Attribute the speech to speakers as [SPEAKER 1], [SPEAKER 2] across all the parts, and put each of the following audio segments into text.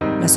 [SPEAKER 1] Las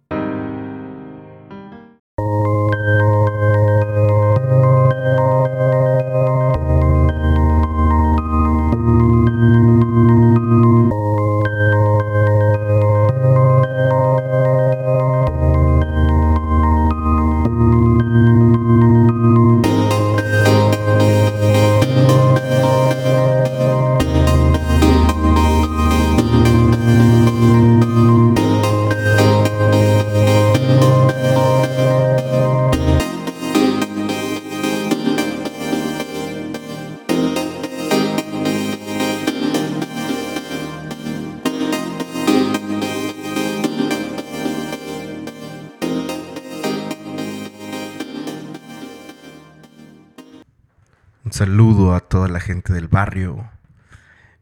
[SPEAKER 2] Un saludo a toda la gente del barrio.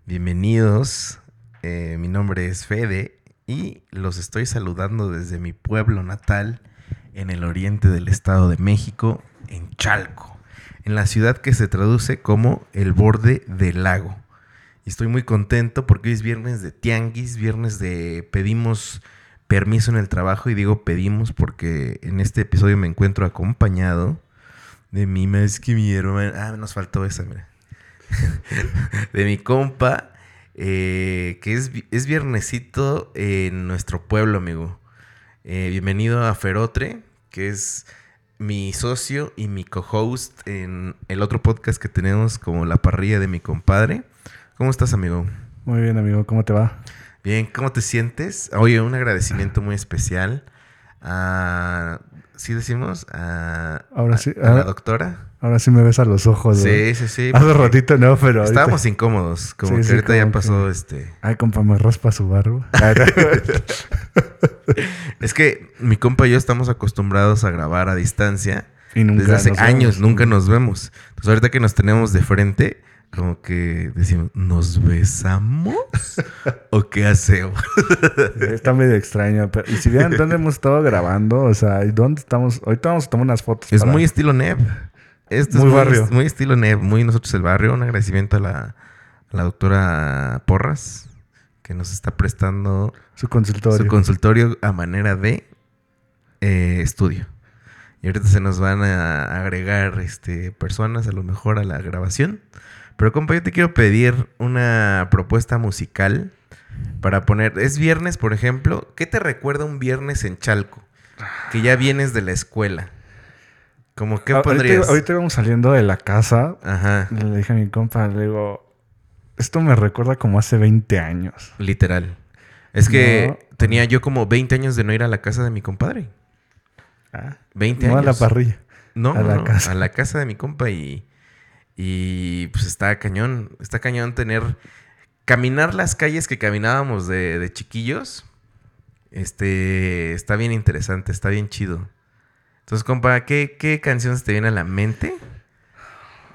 [SPEAKER 2] Bienvenidos. Eh, mi nombre es Fede y los estoy saludando desde mi pueblo natal en el oriente del Estado de México, en Chalco, en la ciudad que se traduce como el borde del lago. Y estoy muy contento porque hoy es viernes de tianguis, viernes de pedimos permiso en el trabajo y digo pedimos porque en este episodio me encuentro acompañado de mi más que mi hermano. Ah, nos faltó esa, mira. de mi compa. eh, que es, vi- es viernesito en nuestro pueblo, amigo. Eh, bienvenido a Ferotre, que es mi socio y mi co-host en el otro podcast que tenemos como La Parrilla de mi compadre. ¿Cómo estás, amigo?
[SPEAKER 3] Muy bien, amigo, ¿cómo te va?
[SPEAKER 2] Bien, ¿cómo te sientes? Oye, un agradecimiento muy especial a... ¿Sí decimos? A,
[SPEAKER 3] Ahora sí, Pues,
[SPEAKER 2] a la
[SPEAKER 3] ahora,
[SPEAKER 2] doctora.
[SPEAKER 3] ahora sí me ves a los ojos. güey.
[SPEAKER 2] Sí, sí, sí.
[SPEAKER 3] Hace
[SPEAKER 2] porque
[SPEAKER 3] ratito no, pero ahorita-
[SPEAKER 2] Estábamos incómodos, como
[SPEAKER 3] Sí,
[SPEAKER 2] que
[SPEAKER 3] sí,
[SPEAKER 2] ahorita ya
[SPEAKER 3] como
[SPEAKER 2] pasó
[SPEAKER 3] que-
[SPEAKER 2] este.
[SPEAKER 3] Ay, compa, me raspa su barba. Ay, no.
[SPEAKER 2] Es que mi compa y yo estamos acostumbrados a grabar a distancia
[SPEAKER 3] y nunca
[SPEAKER 2] desde hace
[SPEAKER 3] nos vemos.
[SPEAKER 2] años, nunca nos vemos. Entonces ahorita que nos tenemos de frente, como que decimos, ¿nos besamos? ¿O qué hacemos?
[SPEAKER 3] Está medio extraño. Pero, y si vieran dónde hemos estado grabando, o sea, ¿y dónde estamos? Ahorita vamos a tomar unas fotos.
[SPEAKER 2] Es
[SPEAKER 3] para-
[SPEAKER 2] muy estilo Neb. Esto
[SPEAKER 3] Muy
[SPEAKER 2] es
[SPEAKER 3] barrio.
[SPEAKER 2] Muy estilo Neb, muy nosotros el barrio. Un agradecimiento a la, a la doctora Porras, que nos está prestando
[SPEAKER 3] su consultorio.
[SPEAKER 2] Su consultorio a manera de eh, estudio. Y ahorita se nos van a agregar este, personas a lo mejor a la grabación. Pero compa, yo te quiero pedir una propuesta musical para poner... Es viernes, por ejemplo. ¿Qué te recuerda un viernes en Chalco? Que ya vienes de la escuela. Como, ¿qué
[SPEAKER 3] Ah, ahorita-
[SPEAKER 2] pondrías?
[SPEAKER 3] Ahorita, íbamos saliendo de la casa.
[SPEAKER 2] Ajá,
[SPEAKER 3] Le dije a mi compa, le digo, esto me recuerda como hace 20 años.
[SPEAKER 2] literal. Es que
[SPEAKER 3] No.
[SPEAKER 2] tenía yo como 20 años de no ir a la casa de mi compadre.
[SPEAKER 3] Ah,
[SPEAKER 2] 20
[SPEAKER 3] no a
[SPEAKER 2] años.
[SPEAKER 3] la parrilla.
[SPEAKER 2] No,
[SPEAKER 3] A
[SPEAKER 2] no,
[SPEAKER 3] la
[SPEAKER 2] no,
[SPEAKER 3] casa.
[SPEAKER 2] a la casa de mi compa y, y pues está cañón, está cañón tener, caminar las calles que caminábamos de, de chiquillos, este, está bien interesante, está bien chido. Entonces, compa, ¿qué, qué canciones te vienen a la mente?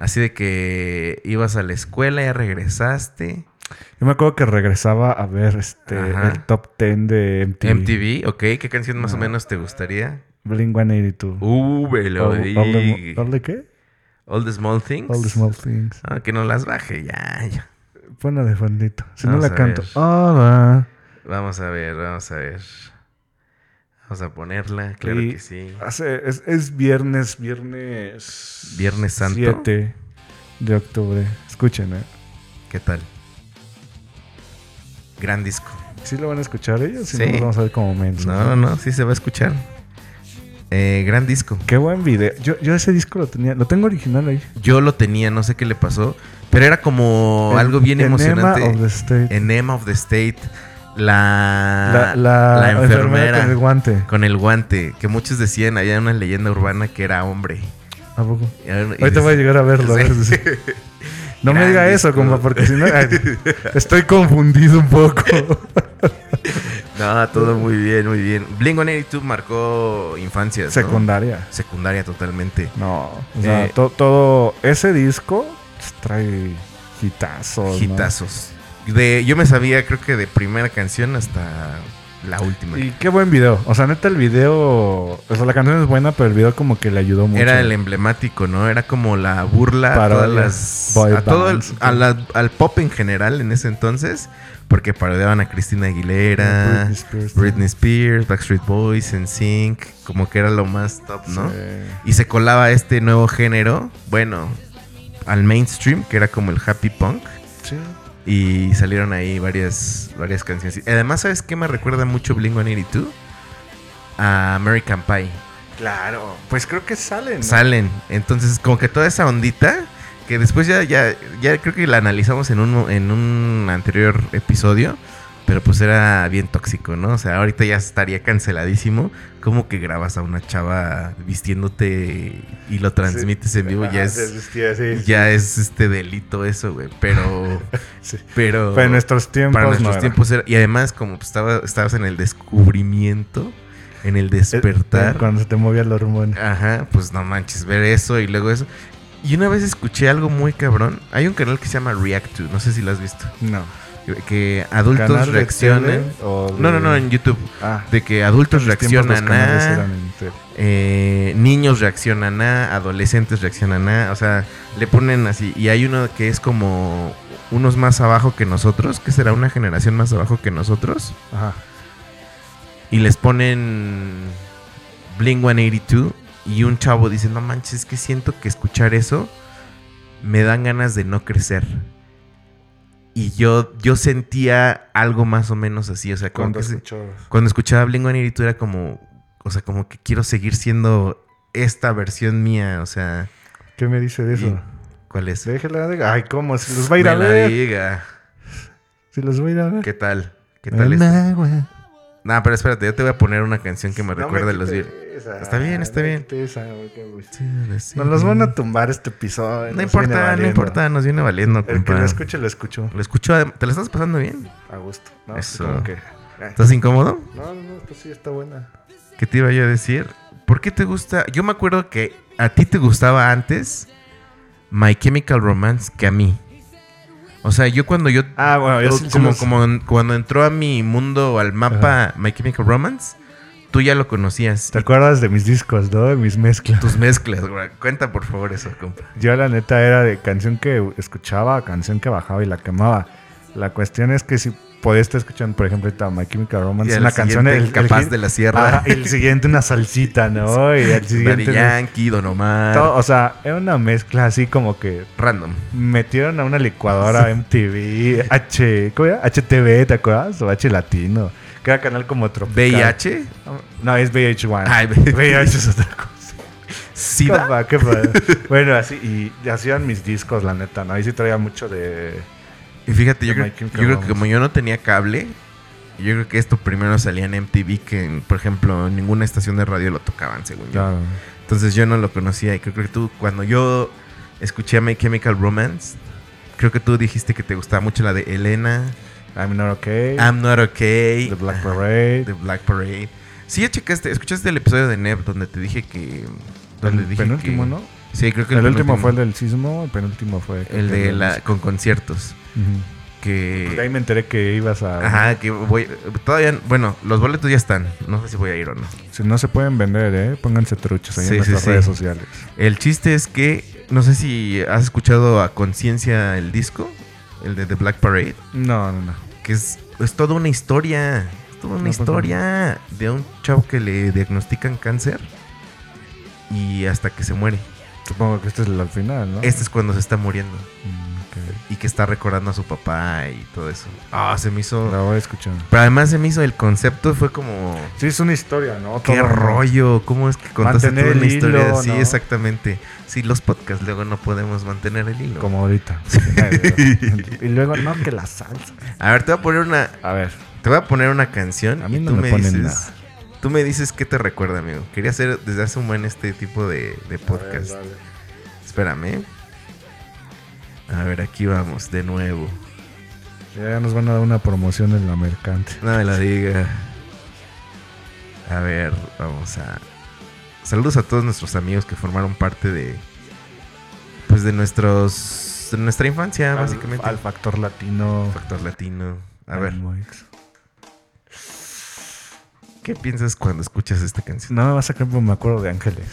[SPEAKER 2] Así de que ibas a la escuela, ya regresaste,
[SPEAKER 3] Yo me acuerdo que regresaba a ver este
[SPEAKER 2] Ajá.
[SPEAKER 3] el top 10 de MTV.
[SPEAKER 2] MTV, ok, ¿qué canción más o
[SPEAKER 3] Ah.
[SPEAKER 2] menos te gustaría?
[SPEAKER 3] Blink 182.
[SPEAKER 2] Uh, me lo
[SPEAKER 3] All- all the,
[SPEAKER 2] dije.
[SPEAKER 3] all the qué?
[SPEAKER 2] All the small things.
[SPEAKER 3] All the small things.
[SPEAKER 2] Ah, que no las baje, ya, ya.
[SPEAKER 3] Ponla de fondito. Si
[SPEAKER 2] Vamos
[SPEAKER 3] no
[SPEAKER 2] a
[SPEAKER 3] la canto.
[SPEAKER 2] ver.
[SPEAKER 3] Hola.
[SPEAKER 2] Vamos a ver, vamos a ver. Vamos a ponerla, claro
[SPEAKER 3] Y-
[SPEAKER 2] que sí.
[SPEAKER 3] Hace- es, es viernes, viernes.
[SPEAKER 2] Viernes Santo.
[SPEAKER 3] 7 de octubre. Escuchen, ¿eh?
[SPEAKER 2] ¿Qué tal? Gran disco.
[SPEAKER 3] ¿Sí lo van a escuchar ellos? Si
[SPEAKER 2] Sí.
[SPEAKER 3] no, nos vamos a ver como mensos.
[SPEAKER 2] No, no, no, sí se va a escuchar. Eh, gran disco.
[SPEAKER 3] Qué buen video. Yo, yo ese disco lo tenía. Lo tengo original ahí.
[SPEAKER 2] Yo lo tenía, no sé qué le pasó, pero era como
[SPEAKER 3] El-
[SPEAKER 2] Oh, algo bien
[SPEAKER 3] Enema
[SPEAKER 2] emocionante.
[SPEAKER 3] of the State.
[SPEAKER 2] Enema of the State. La,
[SPEAKER 3] la, la,
[SPEAKER 2] la
[SPEAKER 3] enfermera, con el guante.
[SPEAKER 2] guante, que muchos decían, había una leyenda urbana que era hombre.
[SPEAKER 3] ¿A poco?
[SPEAKER 2] Y ahora- y
[SPEAKER 3] Ahorita voy a
[SPEAKER 2] des-
[SPEAKER 3] llegar a verlo. ¿eh? a ver si- No me
[SPEAKER 2] Gran
[SPEAKER 3] diga eso,
[SPEAKER 2] disco.
[SPEAKER 3] compa, porque si no. ay, estoy confundido un poco.
[SPEAKER 2] No, todo muy bien, muy bien. Blink-182 marcó infancia, ¿no?
[SPEAKER 3] Secundaria.
[SPEAKER 2] Secundaria totalmente.
[SPEAKER 3] No. O sea,
[SPEAKER 2] Eh,
[SPEAKER 3] to- todo. Ese disco pues, trae hitazos. ¿no?
[SPEAKER 2] Hitazos. De, yo me sabía, creo que de primera canción hasta la última.
[SPEAKER 3] Y qué buen video. O sea, neta, el video. O sea, la canción es buena, pero el video como que le ayudó mucho.
[SPEAKER 2] Era el emblemático, ¿no? Era como la burla a todas
[SPEAKER 3] Parodias,
[SPEAKER 2] las.
[SPEAKER 3] boy
[SPEAKER 2] a todo el-
[SPEAKER 3] bands.
[SPEAKER 2] a la- al pop en general en ese entonces. Porque parodiaban a Cristina Aguilera,
[SPEAKER 3] Britney Spears.
[SPEAKER 2] Britney Spears, Backstreet Boys, NSYNC. Como que era lo más top, ¿no?
[SPEAKER 3] Sí.
[SPEAKER 2] Y se colaba este nuevo género, bueno, al mainstream, que era como el happy punk.
[SPEAKER 3] Sí.
[SPEAKER 2] Y salieron ahí varias, varias canciones. Y Además, ¿sabes qué me recuerda mucho Bling 182? A American Pie.
[SPEAKER 3] Claro. Pues creo que salen.
[SPEAKER 2] Salen. Entonces, como que toda esa ondita, que después ya, ya, ya creo que la analizamos en un, en un anterior episodio, pero pues era bien tóxico, ¿no? O sea, ahorita ya estaría canceladísimo. Como que grabas a una chava vistiéndote y lo transmites en vivo,
[SPEAKER 3] Ah,
[SPEAKER 2] ya es. Ya es este delito eso, güey. Pero.
[SPEAKER 3] Sí.
[SPEAKER 2] Pero.
[SPEAKER 3] Para nuestros tiempos.
[SPEAKER 2] Para
[SPEAKER 3] no
[SPEAKER 2] nuestros
[SPEAKER 3] era.
[SPEAKER 2] tiempos era. Y además, como pues, estaba, estabas en el descubrimiento, en el
[SPEAKER 3] Eh,
[SPEAKER 2] despertar.
[SPEAKER 3] Cuando se te movía el hormón.
[SPEAKER 2] Ajá, pues no manches, ver eso y luego eso. Y una vez escuché algo muy cabrón. Hay un canal que se llama React to, no sé si lo has visto.
[SPEAKER 3] No.
[SPEAKER 2] Que adultos
[SPEAKER 3] ¿Canal de
[SPEAKER 2] reaccionan.
[SPEAKER 3] tele o de-
[SPEAKER 2] No, no, no, en YouTube.
[SPEAKER 3] Ah.
[SPEAKER 2] De que adultos
[SPEAKER 3] En mis tiempos los
[SPEAKER 2] reaccionan ah.
[SPEAKER 3] canales eran
[SPEAKER 2] a.
[SPEAKER 3] en tele.
[SPEAKER 2] eh, niños reaccionan a. Adolescentes reaccionan a. O sea, le ponen así. Y hay uno que es como unos más abajo que nosotros. Que será una generación más abajo que nosotros.
[SPEAKER 3] Ajá.
[SPEAKER 2] y les ponen Blink 182 y un chavo dice, no manches, es que siento que escuchar eso me dan ganas de no crecer. Y yo, yo sentía algo más o menos así, o sea, como
[SPEAKER 3] Cuando
[SPEAKER 2] que se-
[SPEAKER 3] escuchó.
[SPEAKER 2] cuando escuchaba Blink 182 era como, o sea, como que quiero seguir siendo esta versión mía, o sea,
[SPEAKER 3] ¿Qué me dice de eso?
[SPEAKER 2] Y- ¿cuál es?
[SPEAKER 3] Déjela de. Ay, ¿cómo? Si los va a ir a
[SPEAKER 2] Me la
[SPEAKER 3] ver.
[SPEAKER 2] diga.
[SPEAKER 3] Si los va a ir a ver.
[SPEAKER 2] ¿Qué tal? ¿Qué tal
[SPEAKER 3] El
[SPEAKER 2] es? No,
[SPEAKER 3] agua.
[SPEAKER 2] pero espérate, yo te voy a poner una canción que me
[SPEAKER 3] No
[SPEAKER 2] recuerda a los...
[SPEAKER 3] quites
[SPEAKER 2] vir-
[SPEAKER 3] esa,
[SPEAKER 2] Está bien, está
[SPEAKER 3] no
[SPEAKER 2] bien.
[SPEAKER 3] quites esa, güey, qué güey. Nos los van a tumbar este episodio.
[SPEAKER 2] No
[SPEAKER 3] nos viene
[SPEAKER 2] importa, no
[SPEAKER 3] valiendo.
[SPEAKER 2] importa, nos viene valiendo,
[SPEAKER 3] El que lo
[SPEAKER 2] compa.
[SPEAKER 3] escuche, lo escucho.
[SPEAKER 2] Lo escucho, adem- te la estás pasando bien.
[SPEAKER 3] A gusto. No,
[SPEAKER 2] Eso.
[SPEAKER 3] Así como que. ay,
[SPEAKER 2] ¿Estás incómodo?
[SPEAKER 3] No, no, no, esto sí está buena.
[SPEAKER 2] ¿Qué te iba yo a decir? ¿Por qué te gusta? Yo me acuerdo que a ti te gustaba antes My Chemical Romance que a mí. O sea, yo cuando yo
[SPEAKER 3] Ah, bueno, yo
[SPEAKER 2] o-
[SPEAKER 3] sí- sí
[SPEAKER 2] como,
[SPEAKER 3] los-
[SPEAKER 2] como en- cuando entró a mi mundo o al mapa My Chemical Romance, tú ya lo conocías.
[SPEAKER 3] ¿Te acuerdas de mis discos, no? De mis mezclas.
[SPEAKER 2] Tus mezclas, güey. Cuenta por favor eso, compa.
[SPEAKER 3] Yo la neta era de canción que escuchaba, canción que bajaba y la quemaba. La cuestión es que si podías estar escuchando, por ejemplo, ahorita My Chemical
[SPEAKER 2] Y
[SPEAKER 3] Romance,
[SPEAKER 2] al
[SPEAKER 3] una canción
[SPEAKER 2] siguiente,
[SPEAKER 3] el,
[SPEAKER 2] el capaz
[SPEAKER 3] hit-
[SPEAKER 2] de la sierra.
[SPEAKER 3] Ajá, y el siguiente una salsita, ¿no? Y el
[SPEAKER 2] Daddy
[SPEAKER 3] siguiente
[SPEAKER 2] Yankee, Don Omar.
[SPEAKER 3] todo, o sea, era una mezcla así como que
[SPEAKER 2] Random.
[SPEAKER 3] metieron a una licuadora MTV, H, ¿cómo era? HTV, ¿te acuerdas? O H Latino. Que era canal como tropical.
[SPEAKER 2] VIH.
[SPEAKER 3] No, es VH1.
[SPEAKER 2] Ay,
[SPEAKER 3] VH es otra cosa.
[SPEAKER 2] SIDA.
[SPEAKER 3] Compa, qué padre. bueno, así, y hacían mis discos, la neta, ¿no? Ahí sí traía mucho de.
[SPEAKER 2] Y fíjate, yo,
[SPEAKER 3] De
[SPEAKER 2] creo,
[SPEAKER 3] My Chemical
[SPEAKER 2] yo creo que
[SPEAKER 3] Romance.
[SPEAKER 2] como yo no tenía cable, yo creo que esto primero salía en MTV, que en- por ejemplo en ninguna estación de radio lo tocaban, según yo. Entonces yo no lo conocía y creo, creo que tú, cuando yo escuché My Chemical Romance, creo que tú dijiste que te gustaba mucho la de Elena,
[SPEAKER 3] I'm not okay.
[SPEAKER 2] I'm Not Okay,
[SPEAKER 3] The Black
[SPEAKER 2] ajá,
[SPEAKER 3] Parade.
[SPEAKER 2] The Ah, Black Parade. Sí, ya checaste, escuchaste el episodio de Neb donde te dije que... Donde
[SPEAKER 3] el
[SPEAKER 2] dije
[SPEAKER 3] penúltimo,
[SPEAKER 2] que-
[SPEAKER 3] ¿no?
[SPEAKER 2] Sí, creo que
[SPEAKER 3] El, último
[SPEAKER 2] penúltimo.
[SPEAKER 3] fue el del sismo, el penúltimo fue.
[SPEAKER 2] El de la... con conciertos.
[SPEAKER 3] Ujú.
[SPEAKER 2] Que...
[SPEAKER 3] Pues de ahí me enteré que ibas a.
[SPEAKER 2] Ajá, que voy. Todavía, bueno, los boletos ya están. No sé si voy a ir o no.
[SPEAKER 3] Si no se pueden vender, ¿eh? Pónganse truchos ahí
[SPEAKER 2] Sí,
[SPEAKER 3] en
[SPEAKER 2] sí,
[SPEAKER 3] nuestras
[SPEAKER 2] sí.
[SPEAKER 3] redes sociales.
[SPEAKER 2] El chiste es que, no sé si has escuchado a conciencia el disco, el de The Black Parade,
[SPEAKER 3] No, no, no.
[SPEAKER 2] que es, es toda una historia. Es toda una
[SPEAKER 3] No, pues, no.
[SPEAKER 2] historia de un chavo que le diagnostican cáncer y hasta que se muere.
[SPEAKER 3] Supongo que este es el final, ¿no?
[SPEAKER 2] Este es cuando se está muriendo
[SPEAKER 3] Mm, ok.
[SPEAKER 2] y que está recordando a su papá y todo eso. Ah, se me hizo.
[SPEAKER 3] La voy a escuchar.
[SPEAKER 2] Pero además se me hizo el concepto, fue como.
[SPEAKER 3] Sí, es una historia, ¿no?
[SPEAKER 2] Qué
[SPEAKER 3] Todo, ¿no?
[SPEAKER 2] rollo, ¿cómo es que contaste toda
[SPEAKER 3] Mantener el
[SPEAKER 2] una historia
[SPEAKER 3] hilo,
[SPEAKER 2] así?
[SPEAKER 3] ¿no?
[SPEAKER 2] Exactamente. Sí, los podcasts luego no podemos mantener el hilo.
[SPEAKER 3] Como ahorita. y luego, no, que la salsa.
[SPEAKER 2] A ver, te voy a poner una,
[SPEAKER 3] A ver.
[SPEAKER 2] te voy a poner una canción
[SPEAKER 3] A mí
[SPEAKER 2] y
[SPEAKER 3] no
[SPEAKER 2] tú
[SPEAKER 3] me
[SPEAKER 2] me,
[SPEAKER 3] ponen
[SPEAKER 2] dices,
[SPEAKER 3] nada.
[SPEAKER 2] tú me dices qué te recuerda, amigo. Quería hacer desde hace un buen este tipo de, de podcast. Espérame. A ver, aquí vamos de nuevo.
[SPEAKER 3] Ya nos van a dar una promoción en la mercante.
[SPEAKER 2] No me la diga. A ver, vamos a. Saludos a todos nuestros amigos que formaron parte de. Pues de nuestros. pues en nuestra infancia,
[SPEAKER 3] Al-
[SPEAKER 2] básicamente.
[SPEAKER 3] Al factor latino.
[SPEAKER 2] Factor latino. A ver,
[SPEAKER 3] Animo X.
[SPEAKER 2] ¿qué piensas cuando escuchas esta canción?
[SPEAKER 3] No me vas a creer, pero me acuerdo de Ángeles.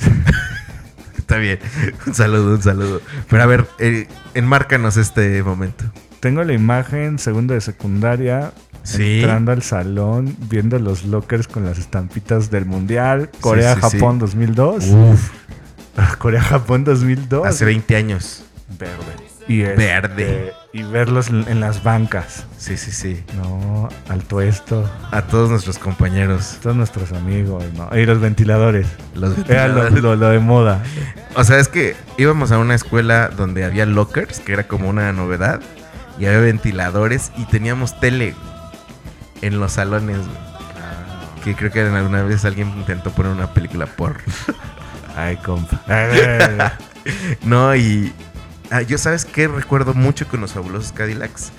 [SPEAKER 2] Está bien. Un saludo, un saludo. Pero a ver, eh, enmárcanos este momento.
[SPEAKER 3] Tengo la imagen, segundo de secundaria,
[SPEAKER 2] Sí.
[SPEAKER 3] entrando al salón, viendo los lockers con las estampitas del Mundial,
[SPEAKER 2] sí, Uh. sí.
[SPEAKER 3] Corea-Japón 2002.
[SPEAKER 2] Uf,
[SPEAKER 3] Corea-Japón 2002.
[SPEAKER 2] hace 20 años.
[SPEAKER 3] Verde. Y este,
[SPEAKER 2] Verde.
[SPEAKER 3] Y verlos en en las bancas.
[SPEAKER 2] Sí, sí, sí.
[SPEAKER 3] No, alto esto.
[SPEAKER 2] A todos nuestros compañeros.
[SPEAKER 3] Todos nuestros amigos, ¿no? Y los ventiladores.
[SPEAKER 2] Los
[SPEAKER 3] Era lo, lo- lo de moda.
[SPEAKER 2] O sea, es que íbamos a una escuela donde había lockers, que era como una novedad, y había ventiladores y teníamos tele en los salones, güey. Que creo que en alguna vez alguien intentó poner una película por.
[SPEAKER 3] Ay, compa. Eh,
[SPEAKER 2] No, y ah, yo sabes que recuerdo mucho con los fabulosos Cadillacs,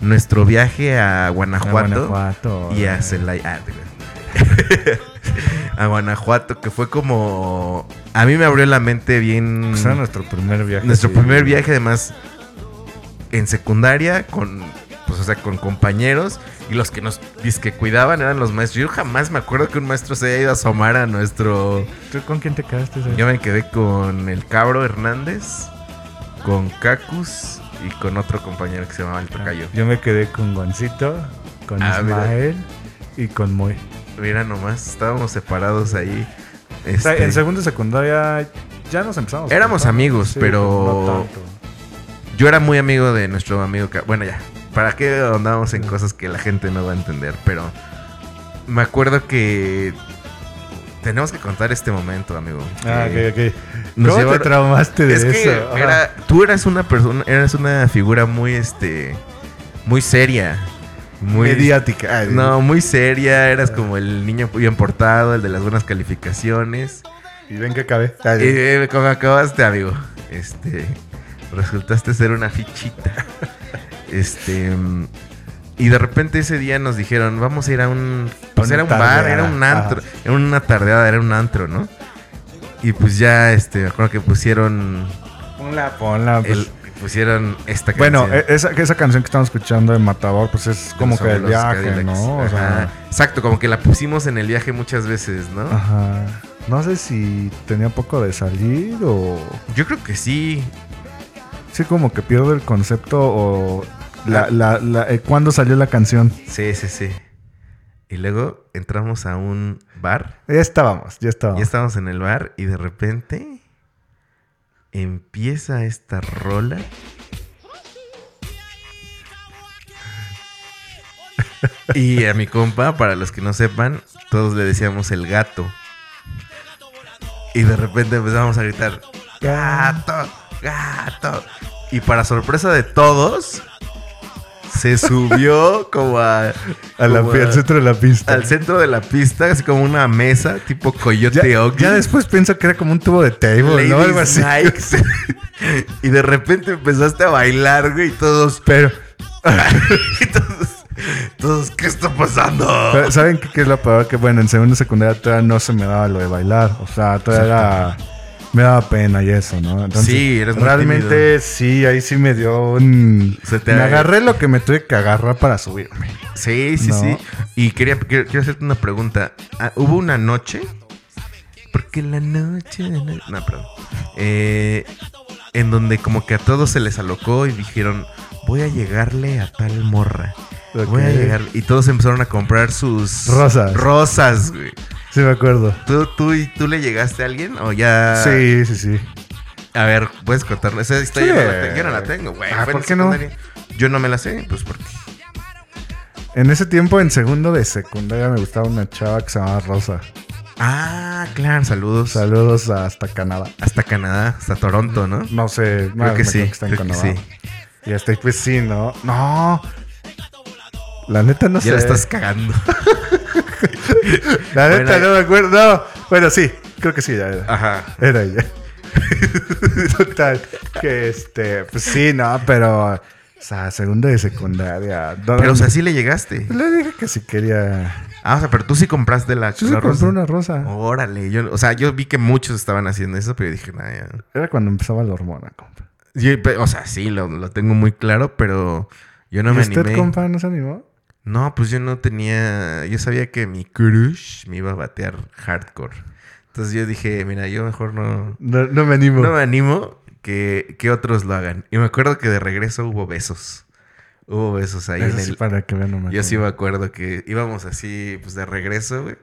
[SPEAKER 2] nuestro viaje a Guanajuato,
[SPEAKER 3] Guanajuato.
[SPEAKER 2] y a Celaya. ah, digo. a Guanajuato, que fue como... A mí me abrió la mente bien...
[SPEAKER 3] Pues era nuestro primer viaje.
[SPEAKER 2] Nuestro
[SPEAKER 3] sí.
[SPEAKER 2] primer viaje, además, en secundaria, con, pues, o sea, con compañeros. Y los que nos que cuidaban eran los maestros. Yo jamás me acuerdo que un maestro se haya ido a asomar a nuestro.
[SPEAKER 3] ¿Tú con quién te quedaste? César?
[SPEAKER 2] Yo me quedé con el cabro Hernández, con Cacus y con otro compañero que se llamaba el
[SPEAKER 3] Ah.
[SPEAKER 2] Tocayo.
[SPEAKER 3] Yo me quedé con Juancito, con
[SPEAKER 2] Ah, mira.
[SPEAKER 3] Ismael y con Moy.
[SPEAKER 2] Mira nomás, estábamos separados ahí.
[SPEAKER 3] O sea,
[SPEAKER 2] Este,
[SPEAKER 3] En segundo y secundaria ya nos empezamos. a
[SPEAKER 2] Éramos
[SPEAKER 3] juntar.
[SPEAKER 2] amigos, pero-
[SPEAKER 3] No tanto.
[SPEAKER 2] Yo era muy amigo de nuestro amigo. Ca- Bueno, ya. ¿Para qué andábamos en cosas que la gente no va a entender? Pero me acuerdo que. Tenemos que contar este momento, amigo.
[SPEAKER 3] Ah,
[SPEAKER 2] Que
[SPEAKER 3] ok, ok.
[SPEAKER 2] nos
[SPEAKER 3] ¿Cómo te
[SPEAKER 2] llevaron-
[SPEAKER 3] traumaste de
[SPEAKER 2] Es que
[SPEAKER 3] eso? Ajá.
[SPEAKER 2] era- tú eras una persona, eras una figura muy, este, muy seria, muy
[SPEAKER 3] mediática. Ah. Ay,
[SPEAKER 2] no, muy seria. Eras como el niño bien portado, el de las buenas calificaciones.
[SPEAKER 3] Y ven que acabé. Ay,
[SPEAKER 2] Eh, eh, como acabaste, amigo. Este. Resultaste ser una fichita. Este. mm, Y de repente ese día nos dijeron, vamos a ir a un. Pues
[SPEAKER 3] Una
[SPEAKER 2] era un bar,
[SPEAKER 3] tardeada,
[SPEAKER 2] era un antro.
[SPEAKER 3] ajá.
[SPEAKER 2] Era una tardeada, era un antro, ¿no? Y pues ya, este, me acuerdo que pusieron.
[SPEAKER 3] Ponla, ponla. pues.
[SPEAKER 2] el- pusieron esta canción.
[SPEAKER 3] Bueno, e- esa, esa canción que estamos escuchando de Matador, pues es como
[SPEAKER 2] Los
[SPEAKER 3] que el
[SPEAKER 2] Fabulosos
[SPEAKER 3] viaje,
[SPEAKER 2] Cadillacs.
[SPEAKER 3] ¿no? O
[SPEAKER 2] Ajá.
[SPEAKER 3] sea,
[SPEAKER 2] Exacto, como que la pusimos en el viaje muchas veces, ¿no?
[SPEAKER 3] ajá. No sé si tenía poco de salir o...
[SPEAKER 2] Yo creo que sí.
[SPEAKER 3] Sí, como que pierdo el concepto o...
[SPEAKER 2] Ah.
[SPEAKER 3] La, la, la- eh, ¿Cuándo salió la canción?
[SPEAKER 2] Sí, sí, sí. Y luego entramos a un bar.
[SPEAKER 3] Ya estábamos, ya estábamos.
[SPEAKER 2] Ya estamos en el bar y de repente empieza esta rola. Y a mi compa, para los que no sepan, todos le decíamos el gato. Y de repente empezamos a gritar, gato, gato. Y para sorpresa de todos, se subió como a...
[SPEAKER 3] A la,
[SPEAKER 2] como
[SPEAKER 3] al centro de la pista.
[SPEAKER 2] al centro de la pista, así como una mesa, tipo
[SPEAKER 3] ya,
[SPEAKER 2] Coyote Ugly.
[SPEAKER 3] ya después pienso que era como un tubo de table,
[SPEAKER 2] Lady
[SPEAKER 3] ¿no? Algo así.
[SPEAKER 2] Nikes. y de repente empezaste a bailar, güey, y todos.
[SPEAKER 3] Pero,
[SPEAKER 2] y todos, todos, ¿qué está pasando?
[SPEAKER 3] pero, ¿saben qué, qué es la palabra? Que bueno, en segundo y secundaria todavía no se me daba lo de bailar. O sea, todavía era... Me daba pena y eso, ¿no?
[SPEAKER 2] Sí, eres muy
[SPEAKER 3] Realmente
[SPEAKER 2] tímido.
[SPEAKER 3] sí, ahí sí me dio un...
[SPEAKER 2] Se te-
[SPEAKER 3] me agarré lo que me tuve que agarrar para subirme.
[SPEAKER 2] Sí, sí,
[SPEAKER 3] No.
[SPEAKER 2] sí. Y quería quiero, quiero hacerte una pregunta. Ah, ¿Hubo una noche? Porque la noche. de no- No, perdón. Eh, en donde como que a todos se les alocó y dijeron, voy a llegarle a tal morra. Voy a
[SPEAKER 3] Ok.
[SPEAKER 2] llegar. Y todos empezaron a comprar sus
[SPEAKER 3] Rosas.
[SPEAKER 2] Rosas, güey.
[SPEAKER 3] Sí, me acuerdo.
[SPEAKER 2] ¿Tú, tú, y- ¿Tú le llegaste a alguien o ya?
[SPEAKER 3] sí, sí, sí.
[SPEAKER 2] A ver, puedes contarlo. Esa historia
[SPEAKER 3] Sí.
[SPEAKER 2] yo, no la tengo, yo no la tengo, güey.
[SPEAKER 3] Ah,
[SPEAKER 2] Fue en
[SPEAKER 3] ¿por qué no?
[SPEAKER 2] secundaria. Yo no me la sé, pues porque.
[SPEAKER 3] En ese tiempo, en segundo de secundaria, me gustaba una chava que se llamaba Rosa.
[SPEAKER 2] Ah, claro, saludos.
[SPEAKER 3] Saludos hasta Canadá.
[SPEAKER 2] Hasta Canadá, hasta Toronto, ¿no?
[SPEAKER 3] No sé,
[SPEAKER 2] Creo
[SPEAKER 3] no,
[SPEAKER 2] que
[SPEAKER 3] me
[SPEAKER 2] sí.
[SPEAKER 3] está en
[SPEAKER 2] Creo que sí.
[SPEAKER 3] Canadá. Y hasta ahí, pues sí, ¿no? No. La neta no
[SPEAKER 2] Ya la
[SPEAKER 3] sé.
[SPEAKER 2] estás cagando.
[SPEAKER 3] La neta
[SPEAKER 2] Bueno, eh, Ah.
[SPEAKER 3] no me acuerdo. No. Bueno, sí, creo que sí, ya era.
[SPEAKER 2] Ajá.
[SPEAKER 3] Era ella. Total. Que este, pues sí, no, pero. O sea, segundo de secundaria. No,
[SPEAKER 2] Pero o sea, sí le llegaste.
[SPEAKER 3] Le dije que si quería.
[SPEAKER 2] Ah, o sea, pero tú sí compraste la,
[SPEAKER 3] Yo sí
[SPEAKER 2] la
[SPEAKER 3] compré
[SPEAKER 2] rosa.
[SPEAKER 3] una rosa.
[SPEAKER 2] Órale, yo, o sea, yo vi que muchos estaban haciendo eso, pero yo dije, nada, ya.
[SPEAKER 3] Era cuando empezaba la hormona, compa.
[SPEAKER 2] Yo, pe- o sea, sí, lo, lo tengo muy claro, pero yo no
[SPEAKER 3] ¿Y
[SPEAKER 2] me
[SPEAKER 3] usted,
[SPEAKER 2] animé.
[SPEAKER 3] compa, no se animó?
[SPEAKER 2] No, pues yo no tenía. Yo sabía que mi crush me iba a batear hardcore. Entonces yo dije, mira, yo mejor no.
[SPEAKER 3] No, no me animo.
[SPEAKER 2] No me animo que, que otros lo hagan. Y me acuerdo que de regreso hubo besos. Hubo besos ahí
[SPEAKER 3] Eso
[SPEAKER 2] en
[SPEAKER 3] sí,
[SPEAKER 2] el.
[SPEAKER 3] para que vean, no me
[SPEAKER 2] Yo sí
[SPEAKER 3] animo.
[SPEAKER 2] me acuerdo que íbamos así, pues de regreso, güey.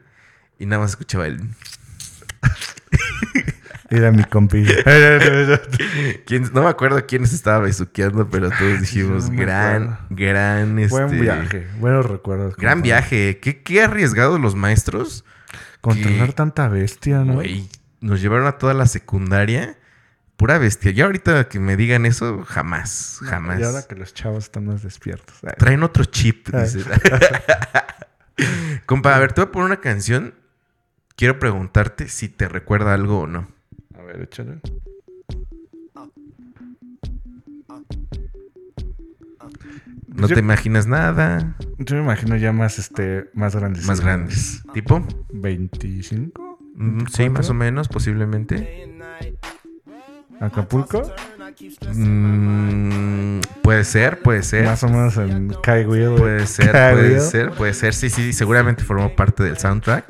[SPEAKER 2] Y nada más escuchaba el.
[SPEAKER 3] Era mi compi.
[SPEAKER 2] ¿Quién- No me acuerdo quiénes estaba besuqueando, pero todos dijimos,
[SPEAKER 3] no me
[SPEAKER 2] gran,
[SPEAKER 3] acuerdo.
[SPEAKER 2] gran, este.
[SPEAKER 3] Buen viaje. Buenos recuerdos.
[SPEAKER 2] Gran
[SPEAKER 3] compa.
[SPEAKER 2] viaje. Qué, qué arriesgados los maestros.
[SPEAKER 3] Controlar
[SPEAKER 2] que-
[SPEAKER 3] tanta bestia, ¿no?
[SPEAKER 2] Güey, nos llevaron a toda la secundaria. Pura bestia. Ya ahorita que me digan eso, jamás,
[SPEAKER 3] No,
[SPEAKER 2] jamás.
[SPEAKER 3] Y ahora que Ah. los chavos están más despiertos. Ay,
[SPEAKER 2] Traen otro chip,
[SPEAKER 3] Ay.
[SPEAKER 2] dice. Compa, a ver, te voy a poner una canción. Quiero preguntarte si te recuerda algo o no.
[SPEAKER 3] A ver, échale.
[SPEAKER 2] No
[SPEAKER 3] Pues Yo-
[SPEAKER 2] te imaginas nada.
[SPEAKER 3] Yo me imagino ya más, este, más grandes.
[SPEAKER 2] Más grandes. ¿Tipo?
[SPEAKER 3] 25.
[SPEAKER 2] Mm, Sí,
[SPEAKER 3] ¿Cuatro?
[SPEAKER 2] más o menos, posiblemente.
[SPEAKER 3] Acapulco.
[SPEAKER 2] Mm, puede ser, puede ser.
[SPEAKER 3] Más o menos en Kai Wheel.
[SPEAKER 2] Puede ser,
[SPEAKER 3] Kai
[SPEAKER 2] puede
[SPEAKER 3] Wheel.
[SPEAKER 2] ser, puede ser. Sí, sí, seguramente formó parte del soundtrack.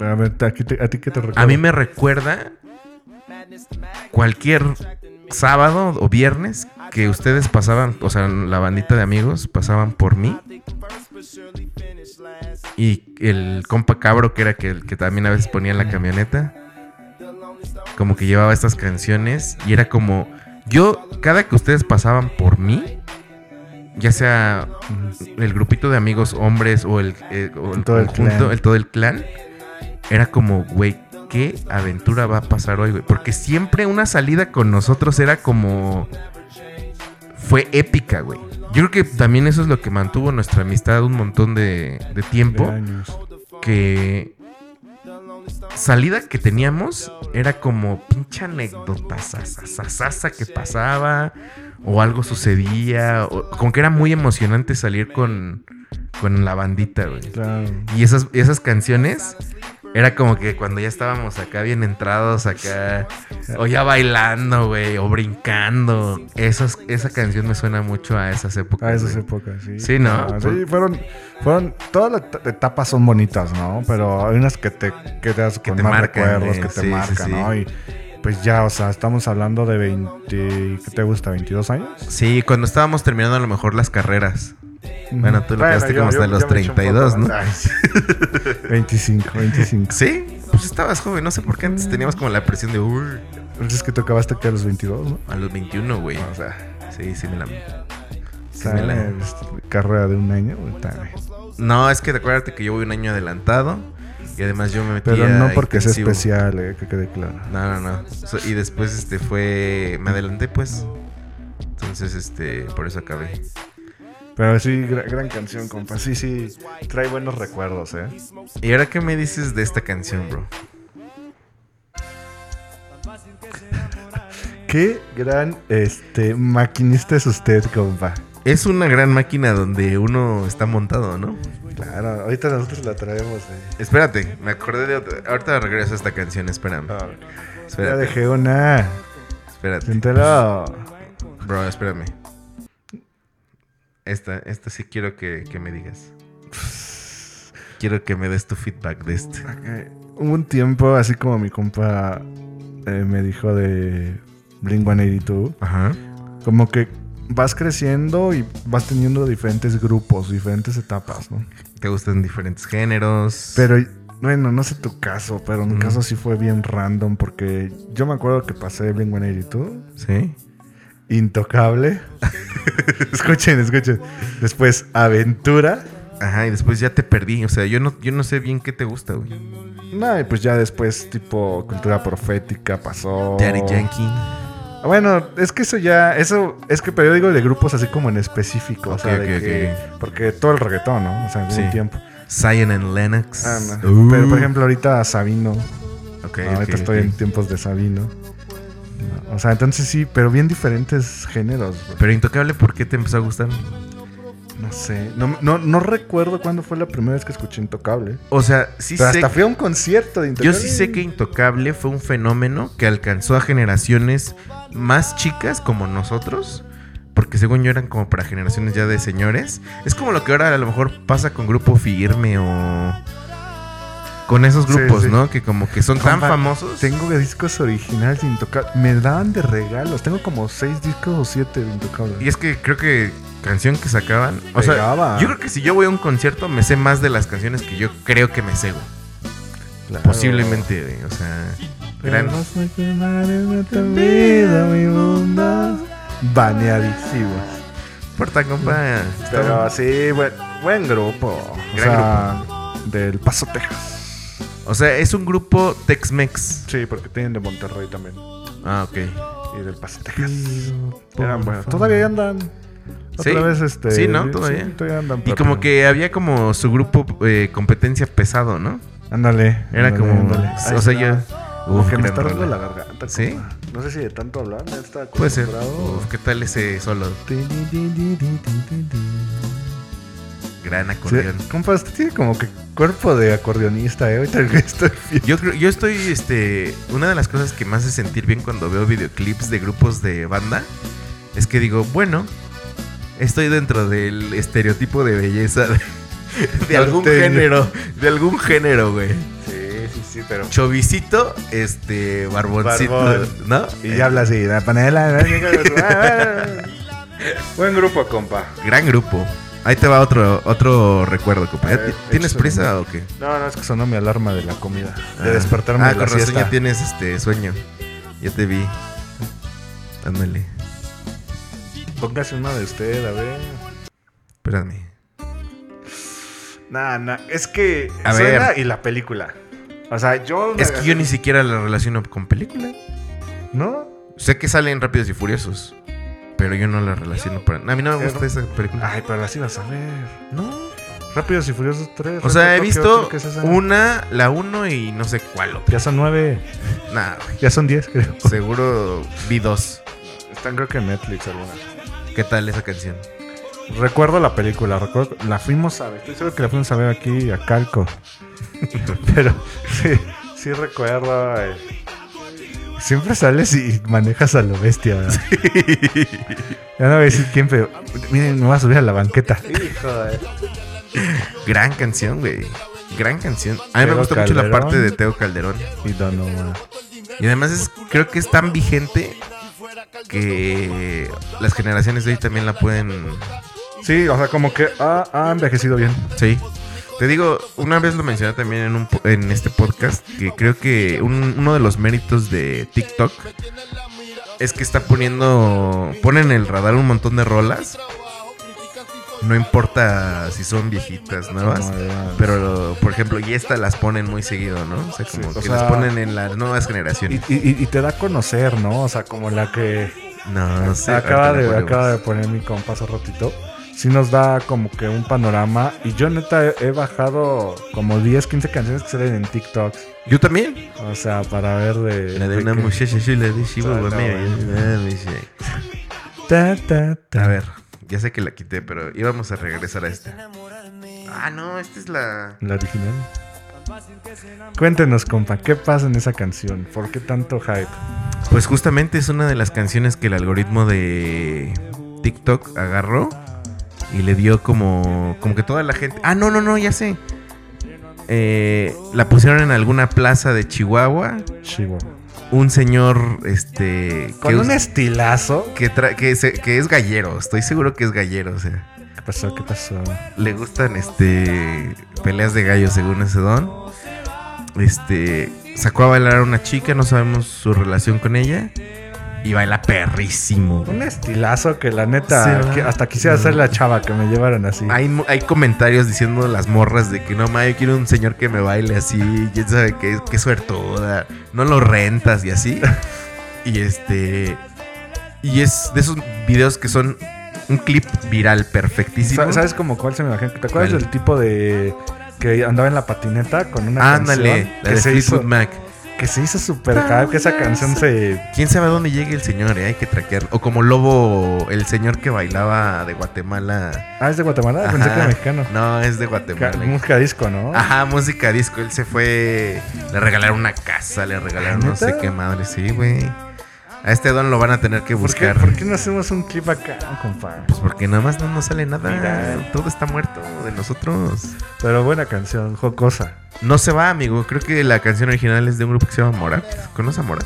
[SPEAKER 3] A ver, ¿a, ti te- a ti qué te recuerda?
[SPEAKER 2] A mí me recuerda cualquier sábado o viernes que ustedes pasaban, o sea, la bandita de amigos pasaban por mí. Y el compa cabro, que era que, el que también a veces ponía en la camioneta, como que llevaba estas canciones y era como, yo, cada que ustedes pasaban por mí, ya sea el grupito de amigos hombres o el, eh, o el
[SPEAKER 3] Todo el
[SPEAKER 2] conjunto,
[SPEAKER 3] clan.
[SPEAKER 2] el, todo el clan, era como, güey, ¿qué aventura va a pasar hoy, güey? Porque siempre una salida con nosotros era como... Fue épica, güey. Yo creo que también eso es lo que mantuvo nuestra amistad un montón de, de tiempo
[SPEAKER 3] De años.
[SPEAKER 2] que salida que teníamos era como pinche anécdota sasasasasa que pasaba o algo sucedía o, como que era muy emocionante salir con con la bandita güey
[SPEAKER 3] Claro.
[SPEAKER 2] y esas esas canciones era como que cuando ya estábamos acá bien entrados acá o ya bailando güey o brincando esas esa canción me suena mucho a esas épocas
[SPEAKER 3] A Ah, esas
[SPEAKER 2] güey.
[SPEAKER 3] épocas, sí.
[SPEAKER 2] Sí, ¿no?
[SPEAKER 3] Ah, sí, fueron, fueron, todas las et- etapas son bonitas, ¿no? Pero hay unas que te quedas
[SPEAKER 2] Que
[SPEAKER 3] con
[SPEAKER 2] te
[SPEAKER 3] más
[SPEAKER 2] marcan,
[SPEAKER 3] recuerdos,
[SPEAKER 2] eh,
[SPEAKER 3] que te
[SPEAKER 2] sí, sí,
[SPEAKER 3] marcan,
[SPEAKER 2] sí.
[SPEAKER 3] ¿no? Y pues ya, o sea, estamos hablando de 20, ¿qué te gusta? ¿22 años?
[SPEAKER 2] sí cuando estábamos terminando a lo mejor las carreras Bueno, tú lo quedaste
[SPEAKER 3] yo-
[SPEAKER 2] como hasta
[SPEAKER 3] yo-
[SPEAKER 2] los
[SPEAKER 3] yo me eché un
[SPEAKER 2] 32,
[SPEAKER 3] poco
[SPEAKER 2] ¿no?
[SPEAKER 3] más. Ay, 25, 25.
[SPEAKER 2] Sí, pues estabas joven, no sé por qué antes teníamos como la presión de "Uy,
[SPEAKER 3] Entonces es que tú acabaste que a los 22, ¿no?
[SPEAKER 2] a los 21, güey.
[SPEAKER 3] O sea,
[SPEAKER 2] Sí, sí me la. sí me la-
[SPEAKER 3] ¿sabes? carrera de un año, güey, está bien.
[SPEAKER 2] No, es que acuérdate que yo voy un año adelantado y además yo me metí
[SPEAKER 3] Pero
[SPEAKER 2] a
[SPEAKER 3] no porque sea
[SPEAKER 2] intensivo.
[SPEAKER 3] especial, eh, que quede claro.
[SPEAKER 2] No, no, no. So- y después este fue me adelanté pues. Entonces este, por eso acabé.
[SPEAKER 3] Pero sí, gra- gran, canción, compa. Sí, sí, trae buenos recuerdos, ¿eh?
[SPEAKER 2] ¿Y ahora qué me dices de esta canción, bro?
[SPEAKER 3] Qué gran este, maquinista es usted, compa.
[SPEAKER 2] Es una gran máquina donde uno está montado, ¿no?
[SPEAKER 3] Claro, ahorita nosotros la traemos. Eh.
[SPEAKER 2] Espérate, me acordé de otra. Ahorita regreso a esta canción, espérame.
[SPEAKER 3] Ah, ya
[SPEAKER 2] Espérate,
[SPEAKER 3] dejé una.
[SPEAKER 2] espérate.
[SPEAKER 3] Siéntelo.
[SPEAKER 2] Bro, espérame. Esta, esta sí quiero que, que me digas. Quiero que me des tu feedback de este.
[SPEAKER 3] Eh, Hubo un tiempo, así como mi compa eh, me dijo de Blink 182,
[SPEAKER 2] Ajá.
[SPEAKER 3] como que vas creciendo y vas teniendo diferentes grupos, diferentes etapas, ¿no?
[SPEAKER 2] Te gustan diferentes géneros.
[SPEAKER 3] Pero, bueno, no sé tu caso, pero mi
[SPEAKER 2] Ujú.
[SPEAKER 3] caso sí fue bien random porque yo me acuerdo que pasé de Blink-182,
[SPEAKER 2] ¿Sí?
[SPEAKER 3] Intocable. escuchen, escuchen. Después, Aventura.
[SPEAKER 2] Ajá, y después ya te perdí. O sea, yo no, yo no sé bien qué te gusta, güey.
[SPEAKER 3] No, y pues ya después, tipo, Cultura Profética pasó.
[SPEAKER 2] Daddy Yankee.
[SPEAKER 3] Bueno, es que eso ya, eso, es que pero yo digo de grupos así como en específico, o sea,
[SPEAKER 2] Ok,
[SPEAKER 3] de
[SPEAKER 2] ok,
[SPEAKER 3] que, porque todo el reggaetón, ¿no? O sea, en
[SPEAKER 2] Sí.
[SPEAKER 3] un tiempo.
[SPEAKER 2] Zion and Lennox.
[SPEAKER 3] Ah, no.
[SPEAKER 2] Uh.
[SPEAKER 3] Pero por ejemplo, ahorita Sabino.
[SPEAKER 2] Ok,
[SPEAKER 3] No, ahorita
[SPEAKER 2] ok,
[SPEAKER 3] estoy
[SPEAKER 2] ok.
[SPEAKER 3] en tiempos de Sabino. No, o sea, entonces sí, pero bien diferentes géneros. güey.
[SPEAKER 2] Pero Intocable, ¿por qué te empezó a gustar?
[SPEAKER 3] No sé. No, no, no recuerdo cuándo fue la primera vez que escuché Intocable.
[SPEAKER 2] O sea, sí
[SPEAKER 3] Pero
[SPEAKER 2] sé
[SPEAKER 3] hasta fui a un concierto de
[SPEAKER 2] Yo
[SPEAKER 3] Intocable.
[SPEAKER 2] sí sé que Intocable fue un fenómeno que alcanzó a generaciones más chicas como nosotros, porque según yo eran como para generaciones ya de señores. Es como lo que ahora a lo mejor pasa con Grupo Firme o con esos
[SPEAKER 3] Sí,
[SPEAKER 2] grupos,
[SPEAKER 3] sí.
[SPEAKER 2] ¿no? Que como que son tan
[SPEAKER 3] Compa,
[SPEAKER 2] famosos.
[SPEAKER 3] Tengo discos originales de Intocable. Me daban de regalos. Tengo como seis discos o siete de Intocable.
[SPEAKER 2] Y es que creo que canción que sacaban, o sea,
[SPEAKER 3] Pegaba.
[SPEAKER 2] yo creo que si yo voy a un concierto me sé más de las canciones que yo creo que me sé, güey.
[SPEAKER 3] Claro.
[SPEAKER 2] posiblemente, güey, o sea, gran
[SPEAKER 3] Vas a quemar en otra vida, mi mundo. Baneadísimos.
[SPEAKER 2] porta compa.
[SPEAKER 3] Pero sí, buen, buen grupo. O
[SPEAKER 2] Gran
[SPEAKER 3] sea, del Paso, Texas.
[SPEAKER 2] O sea, es un grupo Tex-Mex.
[SPEAKER 3] Sí, porque tienen de Monterrey también.
[SPEAKER 2] Ah, ok.
[SPEAKER 3] Y del Paso, Texas. Eran buenos. Todavía andan. Otra
[SPEAKER 2] Sí.
[SPEAKER 3] vez este.
[SPEAKER 2] Sí, ¿no? Todavía.
[SPEAKER 3] andan.
[SPEAKER 2] Y
[SPEAKER 3] pero-
[SPEAKER 2] como que había como su grupo eh, competencia pesado, ¿no?
[SPEAKER 3] Ándale.
[SPEAKER 2] Era
[SPEAKER 3] ándale,
[SPEAKER 2] como...
[SPEAKER 3] ándale. Ahí
[SPEAKER 2] O sea,
[SPEAKER 3] está.
[SPEAKER 2] yo...
[SPEAKER 3] Como
[SPEAKER 2] Uf,
[SPEAKER 3] que me
[SPEAKER 2] gran
[SPEAKER 3] está dando
[SPEAKER 2] rola.
[SPEAKER 3] la garganta.
[SPEAKER 2] ¿Sí?
[SPEAKER 3] compa. No sé si de tanto hablar. ya Está
[SPEAKER 2] Puede ser.
[SPEAKER 3] acostumbrado.
[SPEAKER 2] Uf, ¿qué tal ese solo? Gran
[SPEAKER 3] Sí,
[SPEAKER 2] acordeón.
[SPEAKER 3] compa, usted tiene como que cuerpo de acordeonista, ¿eh? Ahorita que estoy bien.
[SPEAKER 2] Yo, creo- yo estoy, este... Una de las cosas que me hace sentir bien cuando veo videoclips de grupos de banda es que digo, bueno, estoy dentro del estereotipo de belleza de, de algún
[SPEAKER 3] Norteño.
[SPEAKER 2] género. De algún género, güey.
[SPEAKER 3] Sí, sí, sí, pero.
[SPEAKER 2] Chovicito, este, barboncito,
[SPEAKER 3] Barbón.
[SPEAKER 2] ¿no?
[SPEAKER 3] Y ya habla así, ah, la panela. ah. Buen grupo, compa.
[SPEAKER 2] Gran grupo. Ahí te va otro, otro recuerdo, compa.
[SPEAKER 3] A ver,
[SPEAKER 2] ¿Tienes
[SPEAKER 3] Eh, échale.
[SPEAKER 2] prisa o qué?
[SPEAKER 3] No, no, es que sonó mi alarma de la comida.
[SPEAKER 2] Ah.
[SPEAKER 3] De despertarme
[SPEAKER 2] Ah,
[SPEAKER 3] de la
[SPEAKER 2] con razón ya
[SPEAKER 3] siesta.
[SPEAKER 2] tienes este sueño. Ya te vi. Ándale.
[SPEAKER 3] Póngase una de usted, a ver.
[SPEAKER 2] Espérame.
[SPEAKER 3] Nah, nah, es que
[SPEAKER 2] A
[SPEAKER 3] suena
[SPEAKER 2] ver.
[SPEAKER 3] y la película. O sea, yo...
[SPEAKER 2] Es que yo ni siquiera la relaciono con película.
[SPEAKER 3] ¿No?
[SPEAKER 2] Sé que salen Rápidos y Furiosos, pero yo no la relaciono para... A mí no me gusta esa película.
[SPEAKER 3] Ay, pero las ibas a ver.
[SPEAKER 2] No.
[SPEAKER 3] Rápidos y Furiosos 3.
[SPEAKER 2] O sea, he
[SPEAKER 3] Rápido,
[SPEAKER 2] visto
[SPEAKER 3] Tokio, creo que es esa.
[SPEAKER 2] una, la uno y no sé cuál otra.
[SPEAKER 3] Ya son nueve,
[SPEAKER 2] Nada, güey.
[SPEAKER 3] ya son diez, creo.
[SPEAKER 2] Seguro vi dos.
[SPEAKER 3] Están creo que en Netflix algunas.
[SPEAKER 2] ¿Qué tal esa canción?
[SPEAKER 3] Recuerdo la película, recuerdo, la fuimos a ver, estoy seguro que la fuimos a ver aquí a Calco. Pero sí, sí recuerdo. eh. Siempre sales y manejas a lo bestia, ¿verdad? Ya no voy a decir quién, pero miren, me voy a subir a la banqueta.
[SPEAKER 2] Gran canción, güey. Gran canción. A mí me
[SPEAKER 3] Teo
[SPEAKER 2] gusta mucho la
[SPEAKER 3] Calderón.
[SPEAKER 2] parte de Teo Calderón.
[SPEAKER 3] Y Donovan.
[SPEAKER 2] Y además es- creo que es tan vigente que las generaciones de hoy también la pueden...
[SPEAKER 3] Sí, o sea, como que ha, ha envejecido bien.
[SPEAKER 2] Sí. Te digo, una vez lo mencioné también en, un, po- en este podcast, que creo que un- uno de los méritos de TikTok es que está poniendo, pone en el radar un montón de rolas. No importa si son viejitas, nuevas.
[SPEAKER 3] Como de-
[SPEAKER 2] Pero, por ejemplo, y esta las ponen muy seguido, ¿no? O sea, como
[SPEAKER 3] Sí, o
[SPEAKER 2] que
[SPEAKER 3] sea-
[SPEAKER 2] las ponen en las nuevas
[SPEAKER 3] y,
[SPEAKER 2] generaciones.
[SPEAKER 3] y- y te da a conocer, ¿no? O sea, como la que
[SPEAKER 2] no, no sé.
[SPEAKER 3] acaba,
[SPEAKER 2] ahorita
[SPEAKER 3] de,
[SPEAKER 2] la
[SPEAKER 3] acaba de
[SPEAKER 2] ponemos.
[SPEAKER 3] poner mi compa hace ratito. Sí nos da como que un panorama. Y yo neta he, he bajado como 10, 15 canciones que salen en TikTok.
[SPEAKER 2] Yo también.
[SPEAKER 3] O sea, para ver de...
[SPEAKER 2] La de
[SPEAKER 3] de
[SPEAKER 2] una
[SPEAKER 3] qué-
[SPEAKER 2] muchacha, yo la de Shibu,
[SPEAKER 3] Ah,
[SPEAKER 2] güey,
[SPEAKER 3] no,
[SPEAKER 2] mira,
[SPEAKER 3] güey.
[SPEAKER 2] ya- ah, me dice.
[SPEAKER 3] Ta, ta, ta.
[SPEAKER 2] A ver, ya sé que la quité, pero íbamos a regresar a esta. Ah, no, esta es la...
[SPEAKER 3] La original. Cuéntenos, compa, ¿qué pasa en esa canción? ¿Por qué tanto hype?
[SPEAKER 2] Pues justamente es una de las canciones que el algoritmo de TikTok agarró y le dio como, como que toda la gente... Ah, no, no, no, ya sé. Eh, la pusieron en alguna plaza de Chihuahua
[SPEAKER 3] Chivo.
[SPEAKER 2] un señor este que,
[SPEAKER 3] Con un estilazo.
[SPEAKER 2] que, tra- que se- que es gallero, estoy seguro que es gallero, o sea,
[SPEAKER 3] ¿Qué pasó? ¿Qué pasó?
[SPEAKER 2] le gustan este peleas de gallos según ese don. Este sacó a bailar a una chica, no sabemos su relación con ella y baila perrísimo. güey.
[SPEAKER 3] Un estilazo que la
[SPEAKER 2] Sí,
[SPEAKER 3] neta,
[SPEAKER 2] ¿verdad?
[SPEAKER 3] que hasta quisiera ser la chava que me llevaron así.
[SPEAKER 2] Hay, mu- hay comentarios diciendo las morras de que no, ma, yo quiero un señor que me baile así, ya sabe qué, qué suertuda, no lo rentas y así. Y este. Y es de esos videos que son un clip viral perfectísimo.
[SPEAKER 3] Sa- ¿Sabes como cuál se me imagina? ¿Te acuerdas
[SPEAKER 2] ¿Cuál?
[SPEAKER 3] del tipo de que andaba en la patineta con una
[SPEAKER 2] Ándale,
[SPEAKER 3] canción
[SPEAKER 2] la
[SPEAKER 3] que
[SPEAKER 2] de
[SPEAKER 3] se
[SPEAKER 2] Fleetwood
[SPEAKER 3] hizo
[SPEAKER 2] Mac.
[SPEAKER 3] que se hizo súper hype, que esa canción se...
[SPEAKER 2] ¿Quién sabe a dónde llegue el señor? eh? Hay que traquearlo. O como Lobo, el señor que bailaba de Guatemala.
[SPEAKER 3] Ah, es de Guatemala, pensé que
[SPEAKER 2] Ajá.
[SPEAKER 3] era mexicano.
[SPEAKER 2] No, es de
[SPEAKER 3] Ca-
[SPEAKER 2] Guatemala.
[SPEAKER 3] Música disco, ¿no?
[SPEAKER 2] Ajá, música disco. Él se fue. Le regalaron una casa, le regalaron
[SPEAKER 3] ¿Ah,
[SPEAKER 2] no sé
[SPEAKER 3] neta?
[SPEAKER 2] qué madre. Sí, güey. A este don lo van a tener que
[SPEAKER 3] ¿Por qué,
[SPEAKER 2] buscar.
[SPEAKER 3] ¿Por qué no hacemos un clip acá, compa?
[SPEAKER 2] Pues porque nada más no nos sale nada.
[SPEAKER 3] Mira.
[SPEAKER 2] Todo está muerto de nosotros.
[SPEAKER 3] Pero buena canción, jocosa.
[SPEAKER 2] No se va, amigo. Creo que la canción original es de un grupo que se llama Morat. ¿Conoce a Morat?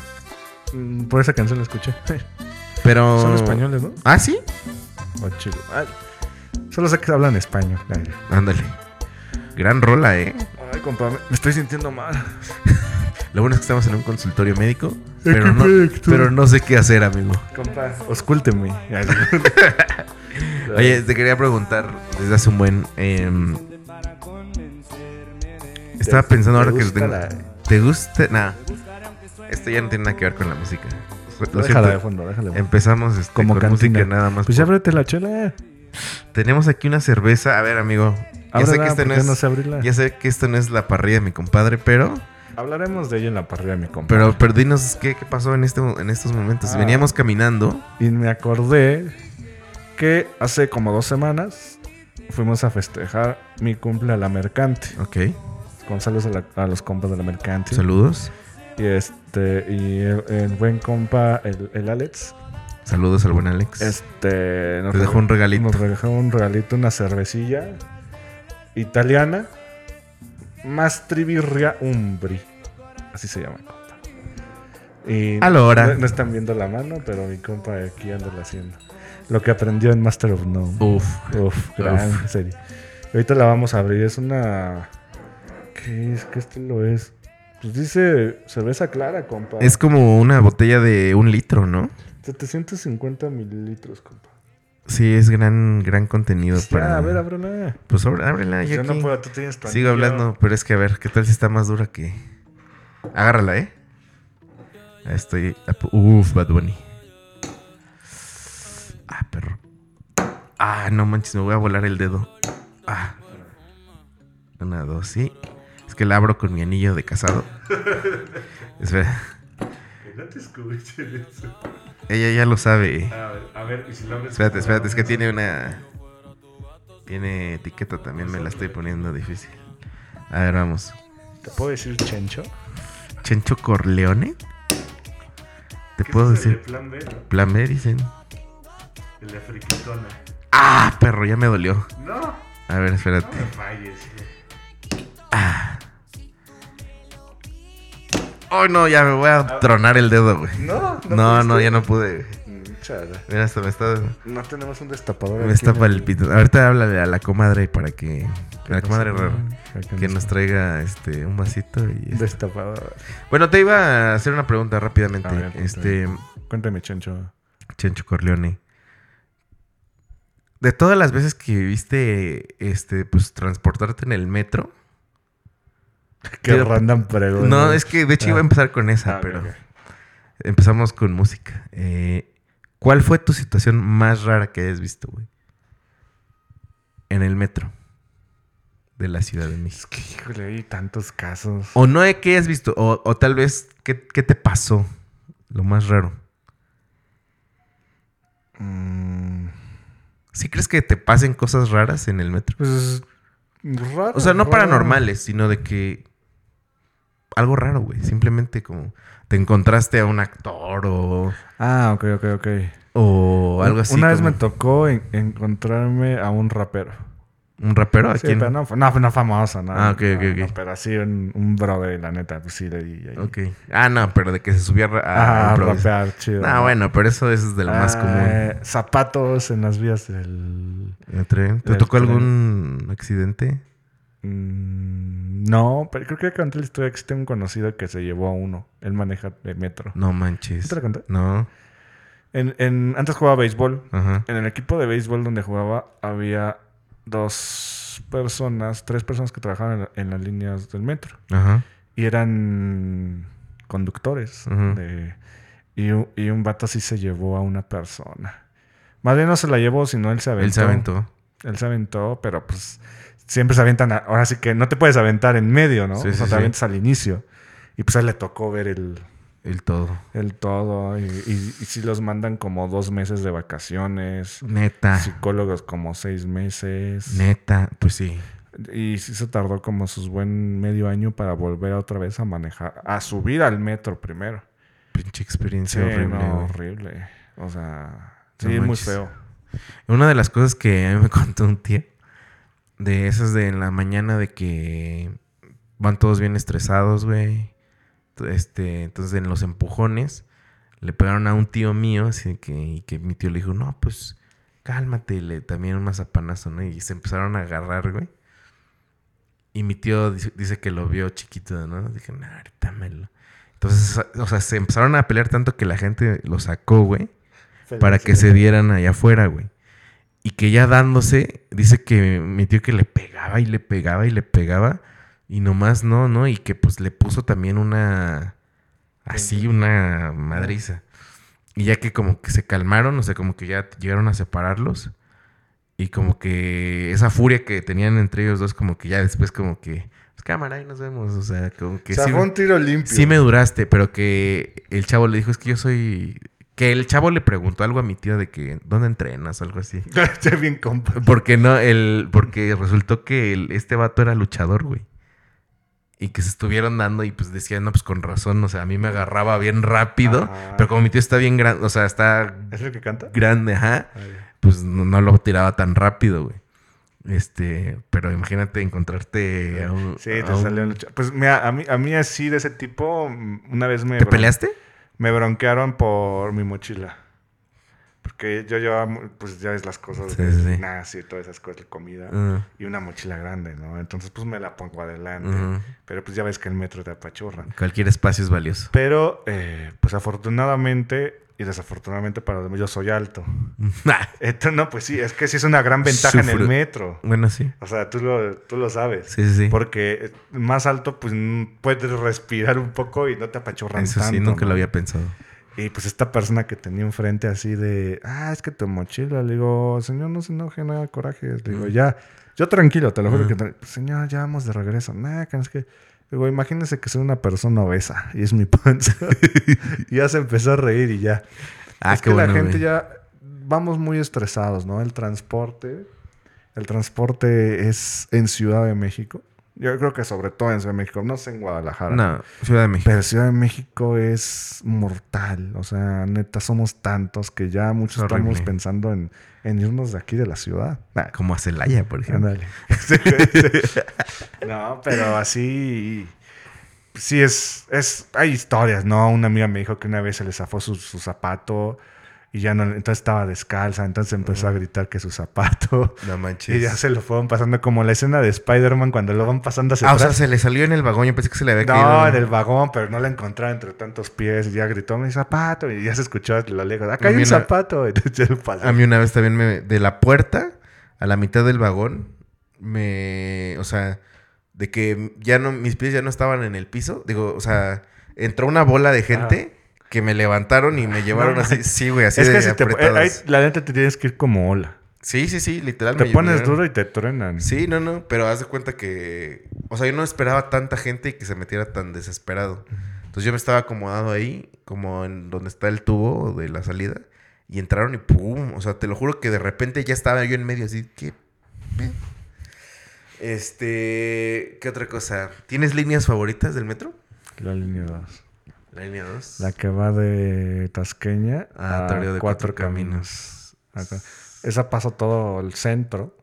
[SPEAKER 3] Mm, Por esa canción la escuché.
[SPEAKER 2] Pero.
[SPEAKER 3] Son españoles, ¿no?
[SPEAKER 2] Ah, sí.
[SPEAKER 3] O chilo- Ay, Solo sé que hablan español. Ay,
[SPEAKER 2] Ándale. Gran rola, eh.
[SPEAKER 3] Ay, compa, me me estoy sintiendo mal.
[SPEAKER 2] Lo bueno es que estamos en un consultorio médico.
[SPEAKER 3] Eh,
[SPEAKER 2] Pero no,
[SPEAKER 3] perfecto.
[SPEAKER 2] pero no sé qué hacer, amigo.
[SPEAKER 3] Compa, oscúlteme. Ay,
[SPEAKER 2] Oye, te quería preguntar desde hace un buen. eh, estaba
[SPEAKER 3] ¿Te-
[SPEAKER 2] pensando
[SPEAKER 3] te
[SPEAKER 2] ahora que
[SPEAKER 3] gusta
[SPEAKER 2] tengo-
[SPEAKER 3] la-
[SPEAKER 2] ¿Te gusta? Nada. Esto ya no tiene nada que ver con la música. Lo
[SPEAKER 3] déjala de
[SPEAKER 2] siento.
[SPEAKER 3] fondo, déjala. de fondo.
[SPEAKER 2] Empezamos este,
[SPEAKER 3] Como
[SPEAKER 2] con
[SPEAKER 3] cantina.
[SPEAKER 2] música nada más.
[SPEAKER 3] Pues ya
[SPEAKER 2] por-
[SPEAKER 3] ábrete la chela.
[SPEAKER 2] Tenemos aquí una cerveza. A ver, amigo. Ya sé,
[SPEAKER 3] Ábrela,
[SPEAKER 2] que esto
[SPEAKER 3] ¿por
[SPEAKER 2] no
[SPEAKER 3] qué
[SPEAKER 2] es,
[SPEAKER 3] no sé abrirla?
[SPEAKER 2] ya sé que esto no es la parrilla de mi compadre, pero.
[SPEAKER 3] Hablaremos de ella en la parrilla, mi compa.
[SPEAKER 2] Pero, pero dinos qué, qué pasó en, este, en estos momentos.
[SPEAKER 3] Ah.
[SPEAKER 2] Veníamos caminando.
[SPEAKER 3] Y me acordé que hace como dos semanas fuimos a festejar mi cumple a la mercante.
[SPEAKER 2] Ok.
[SPEAKER 3] Con saludos a, la- a los compas de la mercante.
[SPEAKER 2] Saludos.
[SPEAKER 3] Y este, y el, el buen compa, el, el Alex,
[SPEAKER 2] Saludos al buen Alex.
[SPEAKER 3] este, nos
[SPEAKER 2] Pues, Te dejó un regalito.
[SPEAKER 3] Nos dejó un regalito, una cervecilla italiana, Mastrivirria Umbri. Así se llama, compa. Y
[SPEAKER 2] Allora.
[SPEAKER 3] No, no están viendo la mano, pero mi compa aquí anda la haciendo. Lo que aprendió en Master of None.
[SPEAKER 2] Uf.
[SPEAKER 3] Uf, gran serie. Y ahorita la vamos a abrir. Es una. ¿Qué es? ¿Qué estilo es? Pues dice cerveza clara, compa.
[SPEAKER 2] Es como una botella de un litro, ¿no?
[SPEAKER 3] 750 mililitros, compa.
[SPEAKER 2] Sí, es gran, gran contenido para.
[SPEAKER 3] Ya, a ver, ábrela.
[SPEAKER 2] Pues abre- ábrela.
[SPEAKER 3] Yo
[SPEAKER 2] Yo
[SPEAKER 3] no
[SPEAKER 2] aquí
[SPEAKER 3] puedo, tú tienes tu
[SPEAKER 2] sigo
[SPEAKER 3] anillo.
[SPEAKER 2] hablando, pero es que a ver, ¿qué tal si está más dura que. Agárrala, ¿eh? Ahí estoy. ap- Uf, Bad Bunny. Ah, perro. Ah, no manches, me voy a volar el dedo. Ah. Una, dos, sí. Es que la abro con mi anillo de casado. Espera.
[SPEAKER 3] Que no te escuchen eso.
[SPEAKER 2] Ella ya lo sabe.
[SPEAKER 3] A ver, a ver, y si lo abres.
[SPEAKER 2] Espérate, espérate, es que tiene una. Tiene etiqueta también, me la estoy poniendo difícil. A ver, vamos.
[SPEAKER 3] ¿Te puedo decir chencho?
[SPEAKER 2] Chencho Corleone. Te puedo decir.
[SPEAKER 3] plan B, ¿no?
[SPEAKER 2] Plan B, dicen.
[SPEAKER 3] El de friquitona.
[SPEAKER 2] ¡Ah, perro! Ya me dolió.
[SPEAKER 3] No, no
[SPEAKER 2] A ver, espérate.
[SPEAKER 3] falles. eh.
[SPEAKER 2] ¡Oh, no! Ya me voy a tronar el dedo, güey.
[SPEAKER 3] No,
[SPEAKER 2] No, no, ya no pude. güey.
[SPEAKER 3] Chada.
[SPEAKER 2] Mira, hasta me está.
[SPEAKER 3] No tenemos un destapador.
[SPEAKER 2] Me está palpitando. Ahorita háblale a la comadre para que. A la comadre rara. Que nos traiga este un vasito y. este.
[SPEAKER 3] Destapador.
[SPEAKER 2] Bueno, te iba a hacer una pregunta rápidamente.
[SPEAKER 3] A ver, ponte.
[SPEAKER 2] este.
[SPEAKER 3] Cuéntame, chencho.
[SPEAKER 2] Chencho Corleone. De todas las veces que viviste, este, pues, transportarte en el metro.
[SPEAKER 3] Qué
[SPEAKER 2] Pero-
[SPEAKER 3] random pregunta.
[SPEAKER 2] No, es que de hecho
[SPEAKER 3] Ah.
[SPEAKER 2] iba a empezar con esa,
[SPEAKER 3] Ah, ok,
[SPEAKER 2] pero
[SPEAKER 3] ok.
[SPEAKER 2] empezamos con música. Eh, ¿Cuál fue tu situación más rara que hayas visto, güey? En el metro de la Ciudad de México.
[SPEAKER 3] Es que, híjole, hay tantos casos.
[SPEAKER 2] O no de que hayas visto, o, o tal vez, ¿qué, qué te pasó? Lo más raro.
[SPEAKER 3] Mm,
[SPEAKER 2] ¿Sí crees que te pasen cosas raras en el metro?
[SPEAKER 3] Pues. Raro,
[SPEAKER 2] O sea, no
[SPEAKER 3] raro.
[SPEAKER 2] paranormales, sino de que. Algo raro, güey. Simplemente como te encontraste a un actor o,
[SPEAKER 3] Ah, ok, ok, ok.
[SPEAKER 2] o algo así.
[SPEAKER 3] Una vez
[SPEAKER 2] como
[SPEAKER 3] me tocó en- encontrarme a un rapero.
[SPEAKER 2] ¿Un rapero? ¿A
[SPEAKER 3] Sí,
[SPEAKER 2] quién?
[SPEAKER 3] pero no, no, no famoso, ¿no?
[SPEAKER 2] Ah, ok, ok,
[SPEAKER 3] No, no,
[SPEAKER 2] ok.
[SPEAKER 3] pero sí, un, un brother, la neta, pues sí, le di ahí.
[SPEAKER 2] Ok. Ah, no, pero de que se subía ra- a.
[SPEAKER 3] Ah,
[SPEAKER 2] a improvisar.
[SPEAKER 3] rapear, chido.
[SPEAKER 2] Ah, bueno, pero eso es de lo más
[SPEAKER 3] Ah,
[SPEAKER 2] común.
[SPEAKER 3] eh, zapatos en las vías del.
[SPEAKER 2] En el tren. ¿Te
[SPEAKER 3] el
[SPEAKER 2] tocó
[SPEAKER 3] tren.
[SPEAKER 2] algún accidente?
[SPEAKER 3] Mm, no, pero creo que conté la historia que sí tengo un conocido que se llevó a uno. Él maneja el metro.
[SPEAKER 2] No manches.
[SPEAKER 3] ¿Te la conté?
[SPEAKER 2] No.
[SPEAKER 3] En, en- antes jugaba béisbol.
[SPEAKER 2] Ajá.
[SPEAKER 3] En el equipo de béisbol donde jugaba había dos personas, tres personas que trabajaban en, la- en las líneas del metro.
[SPEAKER 2] Ajá.
[SPEAKER 3] Y eran conductores.
[SPEAKER 2] Ujú.
[SPEAKER 3] de- y, un- y un vato sí se llevó a una persona. Más bien no se la llevó, sino él se aventó.
[SPEAKER 2] Él se aventó.
[SPEAKER 3] Él se aventó, pero pues siempre se aventan. a- ahora sí que no te puedes aventar en medio, ¿no?
[SPEAKER 2] Sí,
[SPEAKER 3] o sea,
[SPEAKER 2] sí,
[SPEAKER 3] te
[SPEAKER 2] sí.
[SPEAKER 3] aventas al inicio. Y pues a él le tocó ver el,
[SPEAKER 2] El todo.
[SPEAKER 3] el todo. Y, y- y sí los mandan como dos meses de vacaciones.
[SPEAKER 2] Neta.
[SPEAKER 3] Psicólogos como seis meses.
[SPEAKER 2] Neta. Pues sí.
[SPEAKER 3] Y sí se tardó como sus buen medio año para volver otra vez a manejar, a subir al metro primero.
[SPEAKER 2] Pinche
[SPEAKER 3] Sí,
[SPEAKER 2] experiencia horrible.
[SPEAKER 3] horrible.
[SPEAKER 2] güey.
[SPEAKER 3] horrible. O sea, sí,
[SPEAKER 2] No
[SPEAKER 3] es muy
[SPEAKER 2] manches.
[SPEAKER 3] feo.
[SPEAKER 2] Una de las cosas que a mí me contó un tío, de esas de en la mañana de que van todos bien estresados, güey. Este, entonces en los empujones le pegaron a un tío mío, así que, y que mi tío le dijo, no, pues cálmate, le también un mazapanazo, ¿no? Y se empezaron a agarrar, güey. Y mi tío dice, dice que lo vio chiquito, ¿no? Dije, no, ahorita me lo-". Entonces, o sea, se empezaron a pelear tanto que la gente lo sacó, güey para que se dieran allá afuera, güey. Y que ya dándose, dice que mi tío que le pegaba y le pegaba y le pegaba y nomás no, ¿no? Y que pues le puso también una, así, una madriza. Y ya que como que se calmaron, o sea, como que ya llegaron a separarlos. Y como que esa furia que tenían entre ellos dos, como que ya después como que, pues cámara, ahí nos vemos. O sea, como que...
[SPEAKER 3] O sea,
[SPEAKER 2] sí-
[SPEAKER 3] fue un tiro limpio.
[SPEAKER 2] Sí me duraste, pero que el chavo le dijo, es que yo soy... Que el chavo le preguntó algo a mi tío de que, ¿dónde entrenas? o algo así.
[SPEAKER 3] Estoy bien compa.
[SPEAKER 2] Porque no, el... Porque resultó que el- este vato era luchador, güey. Y que se estuvieron dando y pues decían, no, pues con razón, o sea, a mí me agarraba bien rápido.
[SPEAKER 3] Ah.
[SPEAKER 2] Pero como mi tío está bien grande, o sea, está
[SPEAKER 3] ¿Es el que canta?
[SPEAKER 2] grande, ajá,
[SPEAKER 3] Ah, ya.
[SPEAKER 2] pues no, no lo tiraba tan rápido, güey. Este, pero imagínate encontrarte eh, a un...
[SPEAKER 3] Sí, te
[SPEAKER 2] a un-
[SPEAKER 3] salió lucha. Pues mira, a mí, a mí así de ese tipo, mm, una vez me...
[SPEAKER 2] ¿Te
[SPEAKER 3] bron-
[SPEAKER 2] peleaste?
[SPEAKER 3] Me bronquearon por mi mochila. Porque yo llevaba, mu- pues ya ves las cosas
[SPEAKER 2] Sí,
[SPEAKER 3] de
[SPEAKER 2] sí, sí.
[SPEAKER 3] gimnasio y todas esas cosas, la comida.
[SPEAKER 2] Ah,
[SPEAKER 3] Y una mochila grande, ¿no? Entonces pues me la pongo adelante.
[SPEAKER 2] ujú.
[SPEAKER 3] Pero pues ya ves que el metro te apachurra.
[SPEAKER 2] Cualquier espacio es valioso.
[SPEAKER 3] Pero, eh, pues afortunadamente y desafortunadamente para mí, yo soy alto. Entonces, no, pues sí, es que sí es una gran ventaja en
[SPEAKER 2] Sufro.
[SPEAKER 3] el metro.
[SPEAKER 2] bueno, sí.
[SPEAKER 3] O sea, tú lo, tú lo sabes.
[SPEAKER 2] Sí, sí, sí.
[SPEAKER 3] Porque eh, más alto, pues mm, puedes respirar un poco y no te apachurran
[SPEAKER 2] Eso sí,
[SPEAKER 3] tanto,
[SPEAKER 2] nunca
[SPEAKER 3] ¿no?
[SPEAKER 2] lo había pensado.
[SPEAKER 3] Y pues esta persona que tenía enfrente así de, ah, es que tu mochila. Le digo, señor, no se enoje, nada, coraje. Le digo,
[SPEAKER 2] Mm.
[SPEAKER 3] ya, yo tranquilo, te lo juro
[SPEAKER 2] Ajá.
[SPEAKER 3] que, tra- "Pues, señor, ya vamos de regreso. Nada, que no es que. Digo, imagínese que soy una persona obesa y es mi panza. y ya se empezó a reír y ya.
[SPEAKER 2] Ah,
[SPEAKER 3] es
[SPEAKER 2] qué
[SPEAKER 3] que
[SPEAKER 2] bueno.
[SPEAKER 3] la gente
[SPEAKER 2] güey.
[SPEAKER 3] ya, vamos muy estresados, ¿no? El transporte, el transporte es en Ciudad de México. Yo creo que sobre todo en Ciudad de México, no sé en Guadalajara.
[SPEAKER 2] No, Ciudad de México.
[SPEAKER 3] Pero Ciudad de México es mortal. O sea, neta, somos tantos que ya muchos
[SPEAKER 2] Horrible.
[SPEAKER 3] estamos pensando en, en irnos de aquí de la ciudad. Nah,
[SPEAKER 2] Como a Celaya, por ejemplo.
[SPEAKER 3] ándale. Sí, sí. no, pero así. Sí, es, es. Hay historias, ¿no? Una amiga me dijo que una vez se le zafó su, su zapato y ya no. Entonces estaba descalza, entonces empezó a gritar que su zapato.
[SPEAKER 2] No
[SPEAKER 3] Y
[SPEAKER 2] manches.
[SPEAKER 3] ya se lo fueron pasando como la escena de Spider-Man cuando lo van pasando hacia
[SPEAKER 2] ah, o
[SPEAKER 3] atrás.
[SPEAKER 2] sea, se le salió en el vagón. Yo pensé que se le había caído.
[SPEAKER 3] No, en el vagón, pero no la encontraba entre tantos pies. Y ya gritó mi zapato. Y ya se escuchó a lo lejos. Acá hay
[SPEAKER 2] A mí
[SPEAKER 3] un
[SPEAKER 2] una-
[SPEAKER 3] zapato. Y entonces ya lo pasó.
[SPEAKER 2] A mí una vez también me... De la puerta a la mitad del vagón, me... O sea, de que ya no... Mis pies ya no estaban en el piso. Digo, o sea, entró una bola de gente... Que me levantaron y me llevaron así. Sí, güey, así
[SPEAKER 3] es
[SPEAKER 2] de
[SPEAKER 3] que si te, eh,
[SPEAKER 2] apretadas.
[SPEAKER 3] ahí, la neta te tienes que ir como ola.
[SPEAKER 2] Sí, sí, sí, literal.
[SPEAKER 3] Te
[SPEAKER 2] me
[SPEAKER 3] pones
[SPEAKER 2] llevaron.
[SPEAKER 3] duro y te truenan.
[SPEAKER 2] Sí, no, no, pero haz de cuenta que. O sea, yo no esperaba tanta gente y que se metiera tan desesperado. Entonces yo me estaba acomodado ahí, como en donde está el tubo de la salida, y entraron y ¡pum! O sea, te lo juro que de repente ya estaba yo en medio así, ¿qué? pe-? Este. ¿Qué otra cosa? ¿Tienes líneas favoritas del metro?
[SPEAKER 3] La línea 2.
[SPEAKER 2] La línea 2.
[SPEAKER 3] La que va de Tasqueña
[SPEAKER 2] Ah,
[SPEAKER 3] a
[SPEAKER 2] Toreo
[SPEAKER 3] Cuatro,
[SPEAKER 2] de Cuatro Caminos.
[SPEAKER 3] Acá. Esa pasó todo el centro.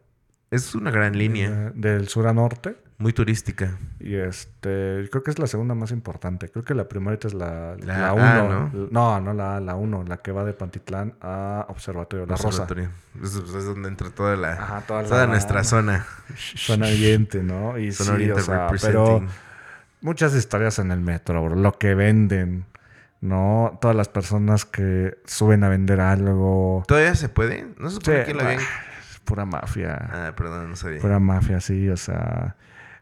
[SPEAKER 2] Es una gran línea,
[SPEAKER 3] eh, Del sur a norte.
[SPEAKER 2] muy turística.
[SPEAKER 3] Y este, creo que es la segunda más importante. Creo que la primera ahorita es la
[SPEAKER 2] La
[SPEAKER 3] la
[SPEAKER 2] A,
[SPEAKER 3] 1.
[SPEAKER 2] ¿no?
[SPEAKER 3] ¿no? no, la A, la 1, la que va de Pantitlán a Observatorio, la Rosa.
[SPEAKER 2] Observatorio. Es, es donde entra toda la.
[SPEAKER 3] Ajá, toda la
[SPEAKER 2] toda nuestra
[SPEAKER 3] banda.
[SPEAKER 2] zona.
[SPEAKER 3] Zona Oriente, ¿no? Y
[SPEAKER 2] Zona
[SPEAKER 3] sí,
[SPEAKER 2] Oriente
[SPEAKER 3] o sea, pero
[SPEAKER 2] representing.
[SPEAKER 3] muchas historias en el metro, bro. Lo que venden, ¿no? Todas las personas que suben a vender algo.
[SPEAKER 2] ¿Todavía se puede? No se supone
[SPEAKER 3] Sí,
[SPEAKER 2] que lo habían...
[SPEAKER 3] ah, Pura mafia.
[SPEAKER 2] Ah, perdón, no sabía.
[SPEAKER 3] Pura mafia, sí, o sea.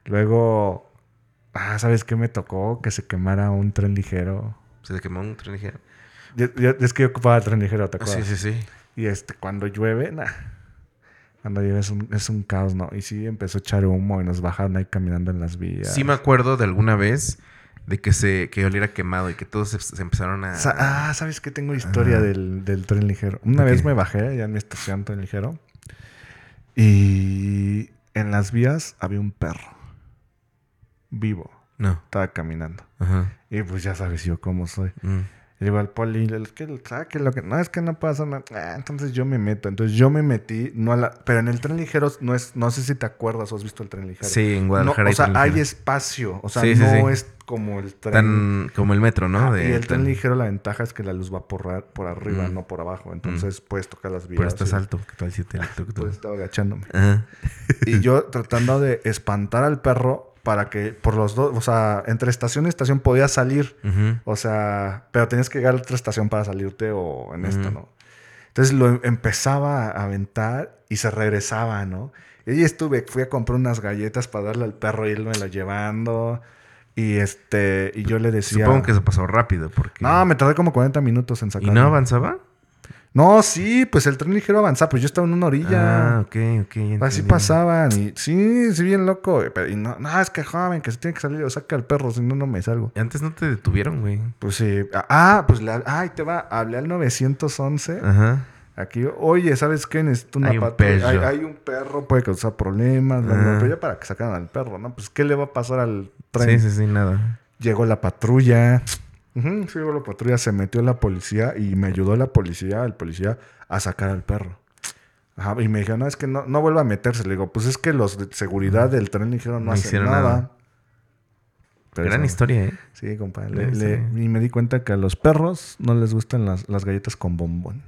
[SPEAKER 3] Luego, ah, ¿sabes qué me tocó? Que se quemara un tren ligero.
[SPEAKER 2] Se le quemó un tren ligero.
[SPEAKER 3] Yo- yo- es que yo ocupaba tren ligero, ¿te
[SPEAKER 2] Ah,
[SPEAKER 3] acuerdas?
[SPEAKER 2] sí, sí, sí.
[SPEAKER 3] Y este, cuando llueve, nah. Cuando llueve es un, es un caos, ¿no? Y sí, empezó a echar humo y nos bajaron ahí caminando en las vías.
[SPEAKER 2] Sí me acuerdo de alguna vez de que se que oliera quemado y que todos se, se empezaron a...
[SPEAKER 3] Sa- ah, ¿sabes qué? Tengo historia
[SPEAKER 2] Ajá.
[SPEAKER 3] del, del tren ligero. Una
[SPEAKER 2] Ok.
[SPEAKER 3] vez me bajé ya en mi estación tren ligero y en las vías había un perro vivo.
[SPEAKER 2] No.
[SPEAKER 3] Estaba caminando.
[SPEAKER 2] Ajá.
[SPEAKER 3] Y pues ya sabes yo cómo soy.
[SPEAKER 2] Mm.
[SPEAKER 3] Le digo al poli, le digo, que saque lo que... No, es que no pasa nada. Ah, entonces yo me meto. Entonces yo me metí, no a la... Pero en el tren ligero, no, es, no sé si te acuerdas o has visto el tren ligero.
[SPEAKER 2] Sí, en
[SPEAKER 3] No,
[SPEAKER 2] Guadalajara.
[SPEAKER 3] o sea,
[SPEAKER 2] tren
[SPEAKER 3] hay
[SPEAKER 2] ligero.
[SPEAKER 3] espacio. O sea,
[SPEAKER 2] Sí, sí,
[SPEAKER 3] no
[SPEAKER 2] sí.
[SPEAKER 3] es como el tren...
[SPEAKER 2] Tan como el metro, ¿no?
[SPEAKER 3] Ah,
[SPEAKER 2] De-
[SPEAKER 3] y el tren
[SPEAKER 2] tan-
[SPEAKER 3] ligero, la ventaja es que la luz va por, ra- por arriba,
[SPEAKER 2] Mm.
[SPEAKER 3] no por abajo. Entonces puedes tocar las vías.
[SPEAKER 2] Pero estás
[SPEAKER 3] y-
[SPEAKER 2] alto. ¿Qué este tal si te electrocutas?
[SPEAKER 3] Pues estaba agachándome.
[SPEAKER 2] Ajá.
[SPEAKER 3] y yo tratando de espantar al perro para que por los dos, o sea, entre estación y estación podía salir.
[SPEAKER 2] Ujú.
[SPEAKER 3] O sea, pero tenías que llegar a otra estación para salirte o en esta,
[SPEAKER 2] Ujú.
[SPEAKER 3] ¿no? Entonces lo em- empezaba a aventar y se regresaba, ¿no? Y ahí estuve, fui a comprar unas galletas para darle al perro y él me las llevando. Y este, y yo le decía.
[SPEAKER 2] Supongo que se pasó rápido porque...
[SPEAKER 3] No, me tardé como 40 minutos en
[SPEAKER 2] ¿Y
[SPEAKER 3] sacarlo.
[SPEAKER 2] no avanzaba?
[SPEAKER 3] No, sí, pues el tren ligero avanzaba, pues yo estaba en una orilla.
[SPEAKER 2] Ah, ok, ok. ya
[SPEAKER 3] Así
[SPEAKER 2] entendí.
[SPEAKER 3] pasaban y sí, sí, bien loco. güey, pero- y no, no, es que joven, que se tiene que salir, o saca al perro, si no, no me salgo.
[SPEAKER 2] Y Antes no te detuvieron, güey.
[SPEAKER 3] Pues sí, ah, pues la, ay, te va, hablé al 911.
[SPEAKER 2] Ajá.
[SPEAKER 3] Aquí, oye, ¿sabes qué? Necesito una
[SPEAKER 2] Ah. Hay un perro.
[SPEAKER 3] patrulla. Hay, hay un perro, puede causar problemas, bla,
[SPEAKER 2] Ah.
[SPEAKER 3] bla, pero ya para que sacaran al perro, ¿no? Pues, ¿qué le va a pasar al
[SPEAKER 2] Sí,
[SPEAKER 3] tren?
[SPEAKER 2] sí, sí, nada.
[SPEAKER 3] Llegó la patrulla. Ujú, sí, llegó la patrulla, se metió la policía y me ayudó la policía, el policía, a sacar al perro. Ajá, y me dijeron, no, es que no, no vuelva a meterse. Le digo, pues es que los de seguridad del tren le dijeron, no,
[SPEAKER 2] No
[SPEAKER 3] hacen
[SPEAKER 2] hicieron
[SPEAKER 3] nada.
[SPEAKER 2] nada.
[SPEAKER 3] Pero
[SPEAKER 2] Gran
[SPEAKER 3] eso-
[SPEAKER 2] historia, ¿eh?
[SPEAKER 3] Sí, compadre.
[SPEAKER 2] Gran historia.
[SPEAKER 3] y me di cuenta que a los perros no les gustan las, las galletas con bombón.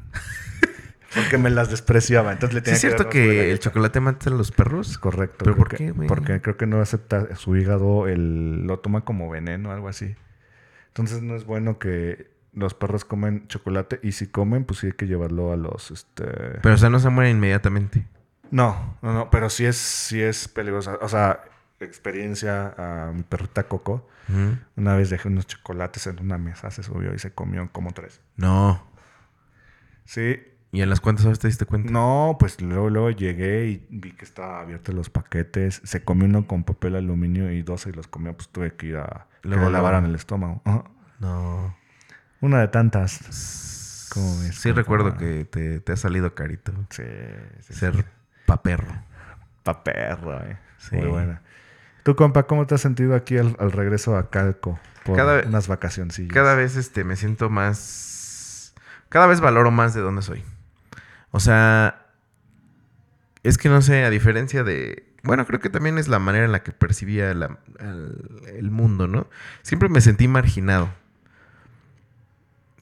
[SPEAKER 3] Porque me las despreciaba. Entonces le
[SPEAKER 2] Sí,
[SPEAKER 3] tenía
[SPEAKER 2] es cierto
[SPEAKER 3] dar una
[SPEAKER 2] que
[SPEAKER 3] galleta.
[SPEAKER 2] el chocolate mata a los perros.
[SPEAKER 3] Es correcto.
[SPEAKER 2] ¿Pero
[SPEAKER 3] creo
[SPEAKER 2] por
[SPEAKER 3] que-
[SPEAKER 2] qué, güey?
[SPEAKER 3] Porque creo que no acepta su hígado, el, lo toma como veneno, algo así. Entonces no es bueno que los perros comen chocolate y si comen, pues sí hay que llevarlo a los... Este...
[SPEAKER 2] Pero, o sea, no se mueren inmediatamente.
[SPEAKER 3] No, no, no, pero sí es, sí es peligroso. O sea, experiencia a mi perrita Coco.
[SPEAKER 2] Ujú.
[SPEAKER 3] Una vez dejé unos chocolates en una mesa, se subió y se comió como tres.
[SPEAKER 2] No.
[SPEAKER 3] Sí.
[SPEAKER 2] ¿Y a las cuantas horas te diste cuenta?
[SPEAKER 3] No, pues luego, luego llegué y vi que estaban abiertos los paquetes. Se comió uno con papel aluminio y dos y los comió, pues tuve que ir a que
[SPEAKER 2] Luego,
[SPEAKER 3] le lavaran
[SPEAKER 2] luego.
[SPEAKER 3] el estómago. Ajá.
[SPEAKER 2] No.
[SPEAKER 3] Una de tantas. ¿Cómo ves,
[SPEAKER 2] Sí,
[SPEAKER 3] compa?
[SPEAKER 2] recuerdo que te, te ha salido carito.
[SPEAKER 3] Sí, sí, sí.
[SPEAKER 2] Ser paperro.
[SPEAKER 3] Pa' perro, eh.
[SPEAKER 2] Sí.
[SPEAKER 3] Muy buena. Tú, compa, ¿cómo te has sentido aquí al, al regreso a Calco? Por
[SPEAKER 2] Cada-
[SPEAKER 3] unas vacacioncillas.
[SPEAKER 2] Cada vez este, me siento más. Cada vez valoro más de dónde soy. O sea. Es que no sé, a diferencia de. Bueno, creo que también es la manera en la que percibía la- al- el mundo, ¿no? Siempre me sentí marginado.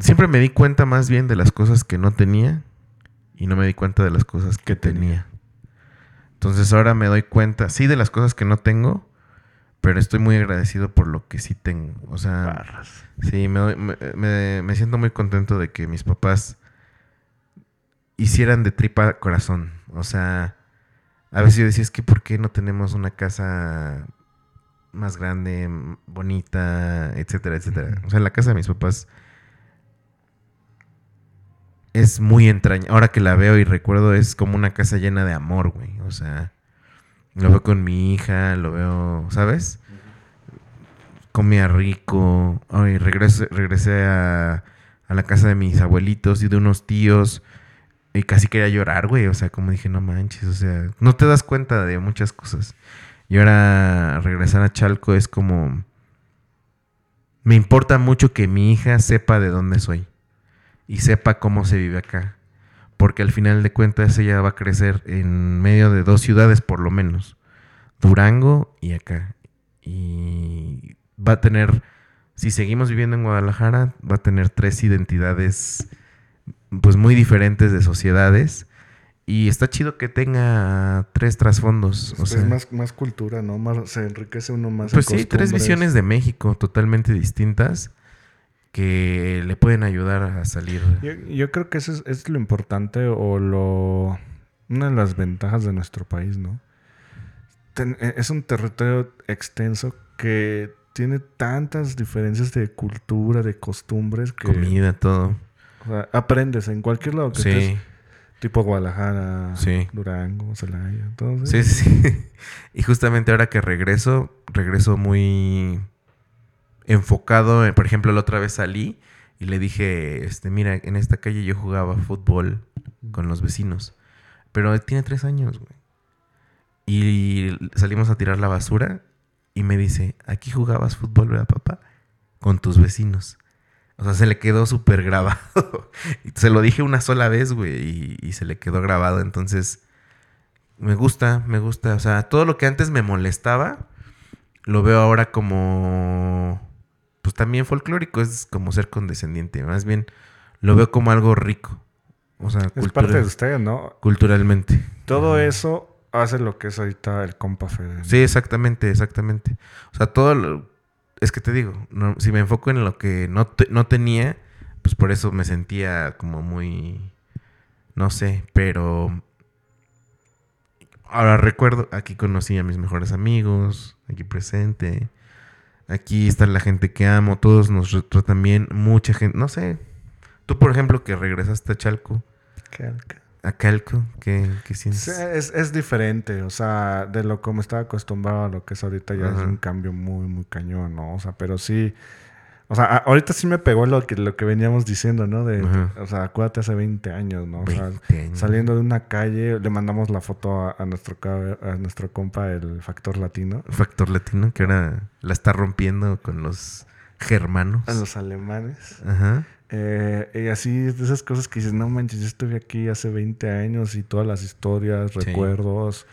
[SPEAKER 2] Siempre me di cuenta más bien de las cosas que no tenía y no me di cuenta de las cosas que tenía. Entonces ahora me doy cuenta, sí, de las cosas que no tengo, pero estoy muy agradecido por lo que sí tengo. O sea,
[SPEAKER 3] Barras.
[SPEAKER 2] Sí, me, doy- me- me- me siento muy contento de que mis papás hicieran de tripa corazón. O sea, a veces yo decía, es que ¿por qué no tenemos una casa más grande, m- bonita, etcétera, etcétera? O sea, la casa de mis papás es muy entraña. Ahora que la veo y recuerdo, es como una casa llena de amor, güey. O sea, lo veo con mi hija, lo veo, ¿sabes? comía rico. Ay, regresé, regresé a, a la casa de mis abuelitos y de unos tíos. Y casi quería llorar, güey. O sea, como dije, no manches. O sea, no te das cuenta de muchas cosas. Y ahora regresar a Chalco es como... Me importa mucho que mi hija sepa de dónde soy. Y sepa cómo se vive acá. Porque al final de cuentas ella va a crecer en medio de dos ciudades por lo menos. Durango y acá. Y va a tener, si seguimos viviendo en Guadalajara, va a tener tres identidades pues muy diferentes de sociedades. Y está chido que tenga tres trasfondos. O
[SPEAKER 3] Es-
[SPEAKER 2] sea,
[SPEAKER 3] es Pues más, más cultura, ¿no? Más, se enriquece uno más. en
[SPEAKER 2] pues sí, tres
[SPEAKER 3] costumbres.
[SPEAKER 2] visiones de México totalmente distintas que le pueden ayudar a salir.
[SPEAKER 3] Yo, yo creo que eso es, es lo importante o lo una de las ventajas de nuestro país, ¿no? Ten- e- es un territorio extenso que tiene tantas diferencias de cultura, de costumbres que
[SPEAKER 2] Comida, todo.
[SPEAKER 3] o sea, aprendes en cualquier lado que
[SPEAKER 2] Sí,
[SPEAKER 3] estés, tipo Guadalajara,
[SPEAKER 2] Sí.
[SPEAKER 3] Durango, Celaya, entonces
[SPEAKER 2] sí, sí. sí. Y justamente ahora que regreso, regreso muy enfocado, en- por ejemplo, la otra vez salí y le dije, este, mira, en esta calle yo jugaba fútbol con los vecinos, pero él tiene tres años, güey. Y salimos a tirar la basura y me dice, aquí jugabas fútbol, ¿verdad, papá? Con tus vecinos. O sea, se le quedó súper grabado. Y se lo dije una sola vez, güey, y, y se le quedó grabado. Entonces, me gusta, me gusta. O sea, todo lo que antes me molestaba, lo veo ahora como, pues también folclórico, es como ser condescendiente. Más bien, lo veo como algo rico. O sea,
[SPEAKER 3] Es
[SPEAKER 2] cultura-
[SPEAKER 3] parte de usted, ¿no?
[SPEAKER 2] culturalmente.
[SPEAKER 3] Todo
[SPEAKER 2] Ajá.
[SPEAKER 3] eso hace lo que es ahorita el compa Fede. ¿no?
[SPEAKER 2] Sí, exactamente, exactamente. O sea, todo lo- Es que te digo, no- si me enfoco en lo que no, te- no tenía, pues por eso me sentía como muy... No sé, pero... Ahora recuerdo, aquí conocí a mis mejores amigos, aquí presente. Aquí está la gente que amo, todos nos re- tratan bien, mucha gente, no sé. Tú, por ejemplo, que regresaste a Chalco, a Calco, ¿qué, qué sientes?
[SPEAKER 3] Sí, es, es diferente, o sea, de lo como estaba acostumbrado a lo que es ahorita ya
[SPEAKER 2] Ajá.
[SPEAKER 3] es un cambio muy, muy cañón, ¿no? O sea, pero sí, o sea, a- ahorita sí me pegó lo que, lo que veníamos diciendo, ¿no? De,
[SPEAKER 2] Ajá.
[SPEAKER 3] o sea, acuérdate hace 20 años, ¿no? O sea,
[SPEAKER 2] 20 años.
[SPEAKER 3] saliendo de una calle, le mandamos la foto a, a nuestro, ca- a nuestro compa, el factor latino,
[SPEAKER 2] Factor Latino, que ahora la está rompiendo con los germanos.
[SPEAKER 3] a Ah, los alemanes.
[SPEAKER 2] Ajá.
[SPEAKER 3] Eh, y así, de esas cosas que dices, no manches, yo estuve aquí hace 20 años y todas las historias, recuerdos.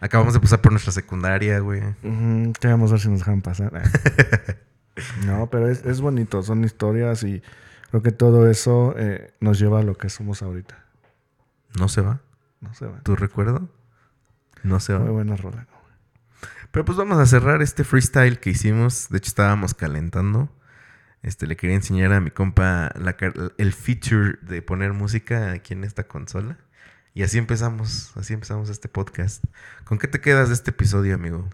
[SPEAKER 2] Acabamos de pasar por nuestra secundaria, güey.
[SPEAKER 3] Ujú, ¿Qué vamos a ver si nos dejan pasar? Ah. no, pero es, es bonito, son historias y creo que todo eso eh, nos lleva a lo que somos ahorita.
[SPEAKER 2] No se va.
[SPEAKER 3] No se va.
[SPEAKER 2] ¿Tu recuerdo? No se
[SPEAKER 3] Muy
[SPEAKER 2] va.
[SPEAKER 3] buena rola.
[SPEAKER 2] Pero pues vamos a cerrar este freestyle que hicimos. De hecho, estábamos calentando. Este, le quería enseñar a mi compa la car- el feature de poner música aquí en esta consola. Y así empezamos, así empezamos este podcast. ¿Con qué te quedas de este episodio, amigo?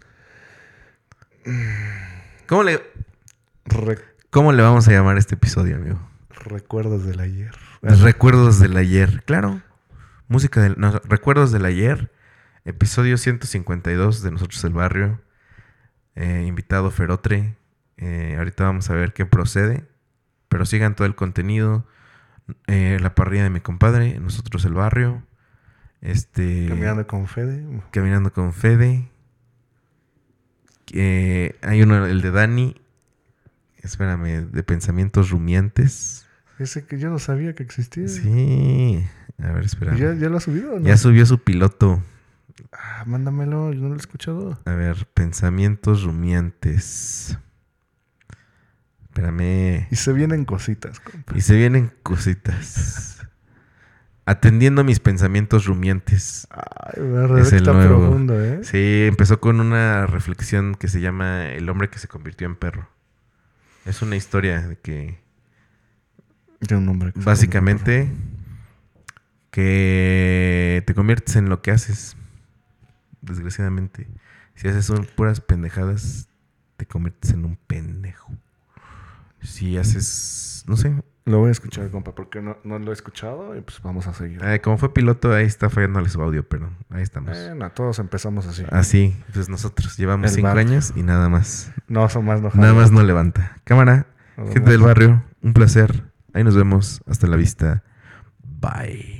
[SPEAKER 3] Mm.
[SPEAKER 2] ¿Cómo le,
[SPEAKER 3] Re-
[SPEAKER 2] cómo le vamos a llamar este episodio, amigo?
[SPEAKER 3] recuerdos del ayer.
[SPEAKER 2] Recuerdos del ayer, claro. Música del. no, Recuerdos del ayer. Episodio 152 de Nosotros el Barrio. Eh, invitado Ferotre. Eh, ahorita vamos a ver qué procede. Pero sigan todo el contenido. Eh, la parrilla de mi compadre. Nosotros el Barrio. Este.
[SPEAKER 3] Caminando con Fede.
[SPEAKER 2] Caminando con Fede. Eh, hay uno, el de Dani. Espérame, de pensamientos rumiantes.
[SPEAKER 3] Ese que yo no sabía que existía.
[SPEAKER 2] Sí. A ver, espera.
[SPEAKER 3] Pues ¿Ya,
[SPEAKER 2] Ya,
[SPEAKER 3] ya lo has subido o no?
[SPEAKER 2] subió su piloto.
[SPEAKER 3] Ah, mándamelo, yo no lo he escuchado.
[SPEAKER 2] A ver, pensamientos rumiantes. Espérame.
[SPEAKER 3] Y se vienen cositas, compa.
[SPEAKER 2] Y se vienen cositas. Atendiendo mis pensamientos rumiantes.
[SPEAKER 3] Ay, la verdad
[SPEAKER 2] Es
[SPEAKER 3] es que
[SPEAKER 2] el
[SPEAKER 3] está
[SPEAKER 2] nuevo.
[SPEAKER 3] profundo, ¿eh?
[SPEAKER 2] Sí, empezó con una reflexión que se llama El hombre que se convirtió en perro. Es una historia de que
[SPEAKER 3] Tiene un nombre. que se
[SPEAKER 2] básicamente que te conviertes en lo que haces. Desgraciadamente. Si haces un- puras pendejadas, te conviertes en un pendejo. Si haces, no sé,
[SPEAKER 3] Lo voy a escuchar, compa, porque no, no lo he escuchado y pues vamos a seguir.
[SPEAKER 2] eh, como fue piloto, ahí está fallándole su audio, pero ahí estamos.
[SPEAKER 3] Bueno, todos empezamos así.
[SPEAKER 2] Así, pues nosotros llevamos
[SPEAKER 3] Eh, El
[SPEAKER 2] cinco
[SPEAKER 3] bar.
[SPEAKER 2] años y nada más.
[SPEAKER 3] No, son más no
[SPEAKER 2] Nada
[SPEAKER 3] jala.
[SPEAKER 2] más no levanta. Cámara,
[SPEAKER 3] Nos
[SPEAKER 2] gente
[SPEAKER 3] vemos.
[SPEAKER 2] del barrio, un placer. Ahí nos vemos. Hasta la vista. Bye.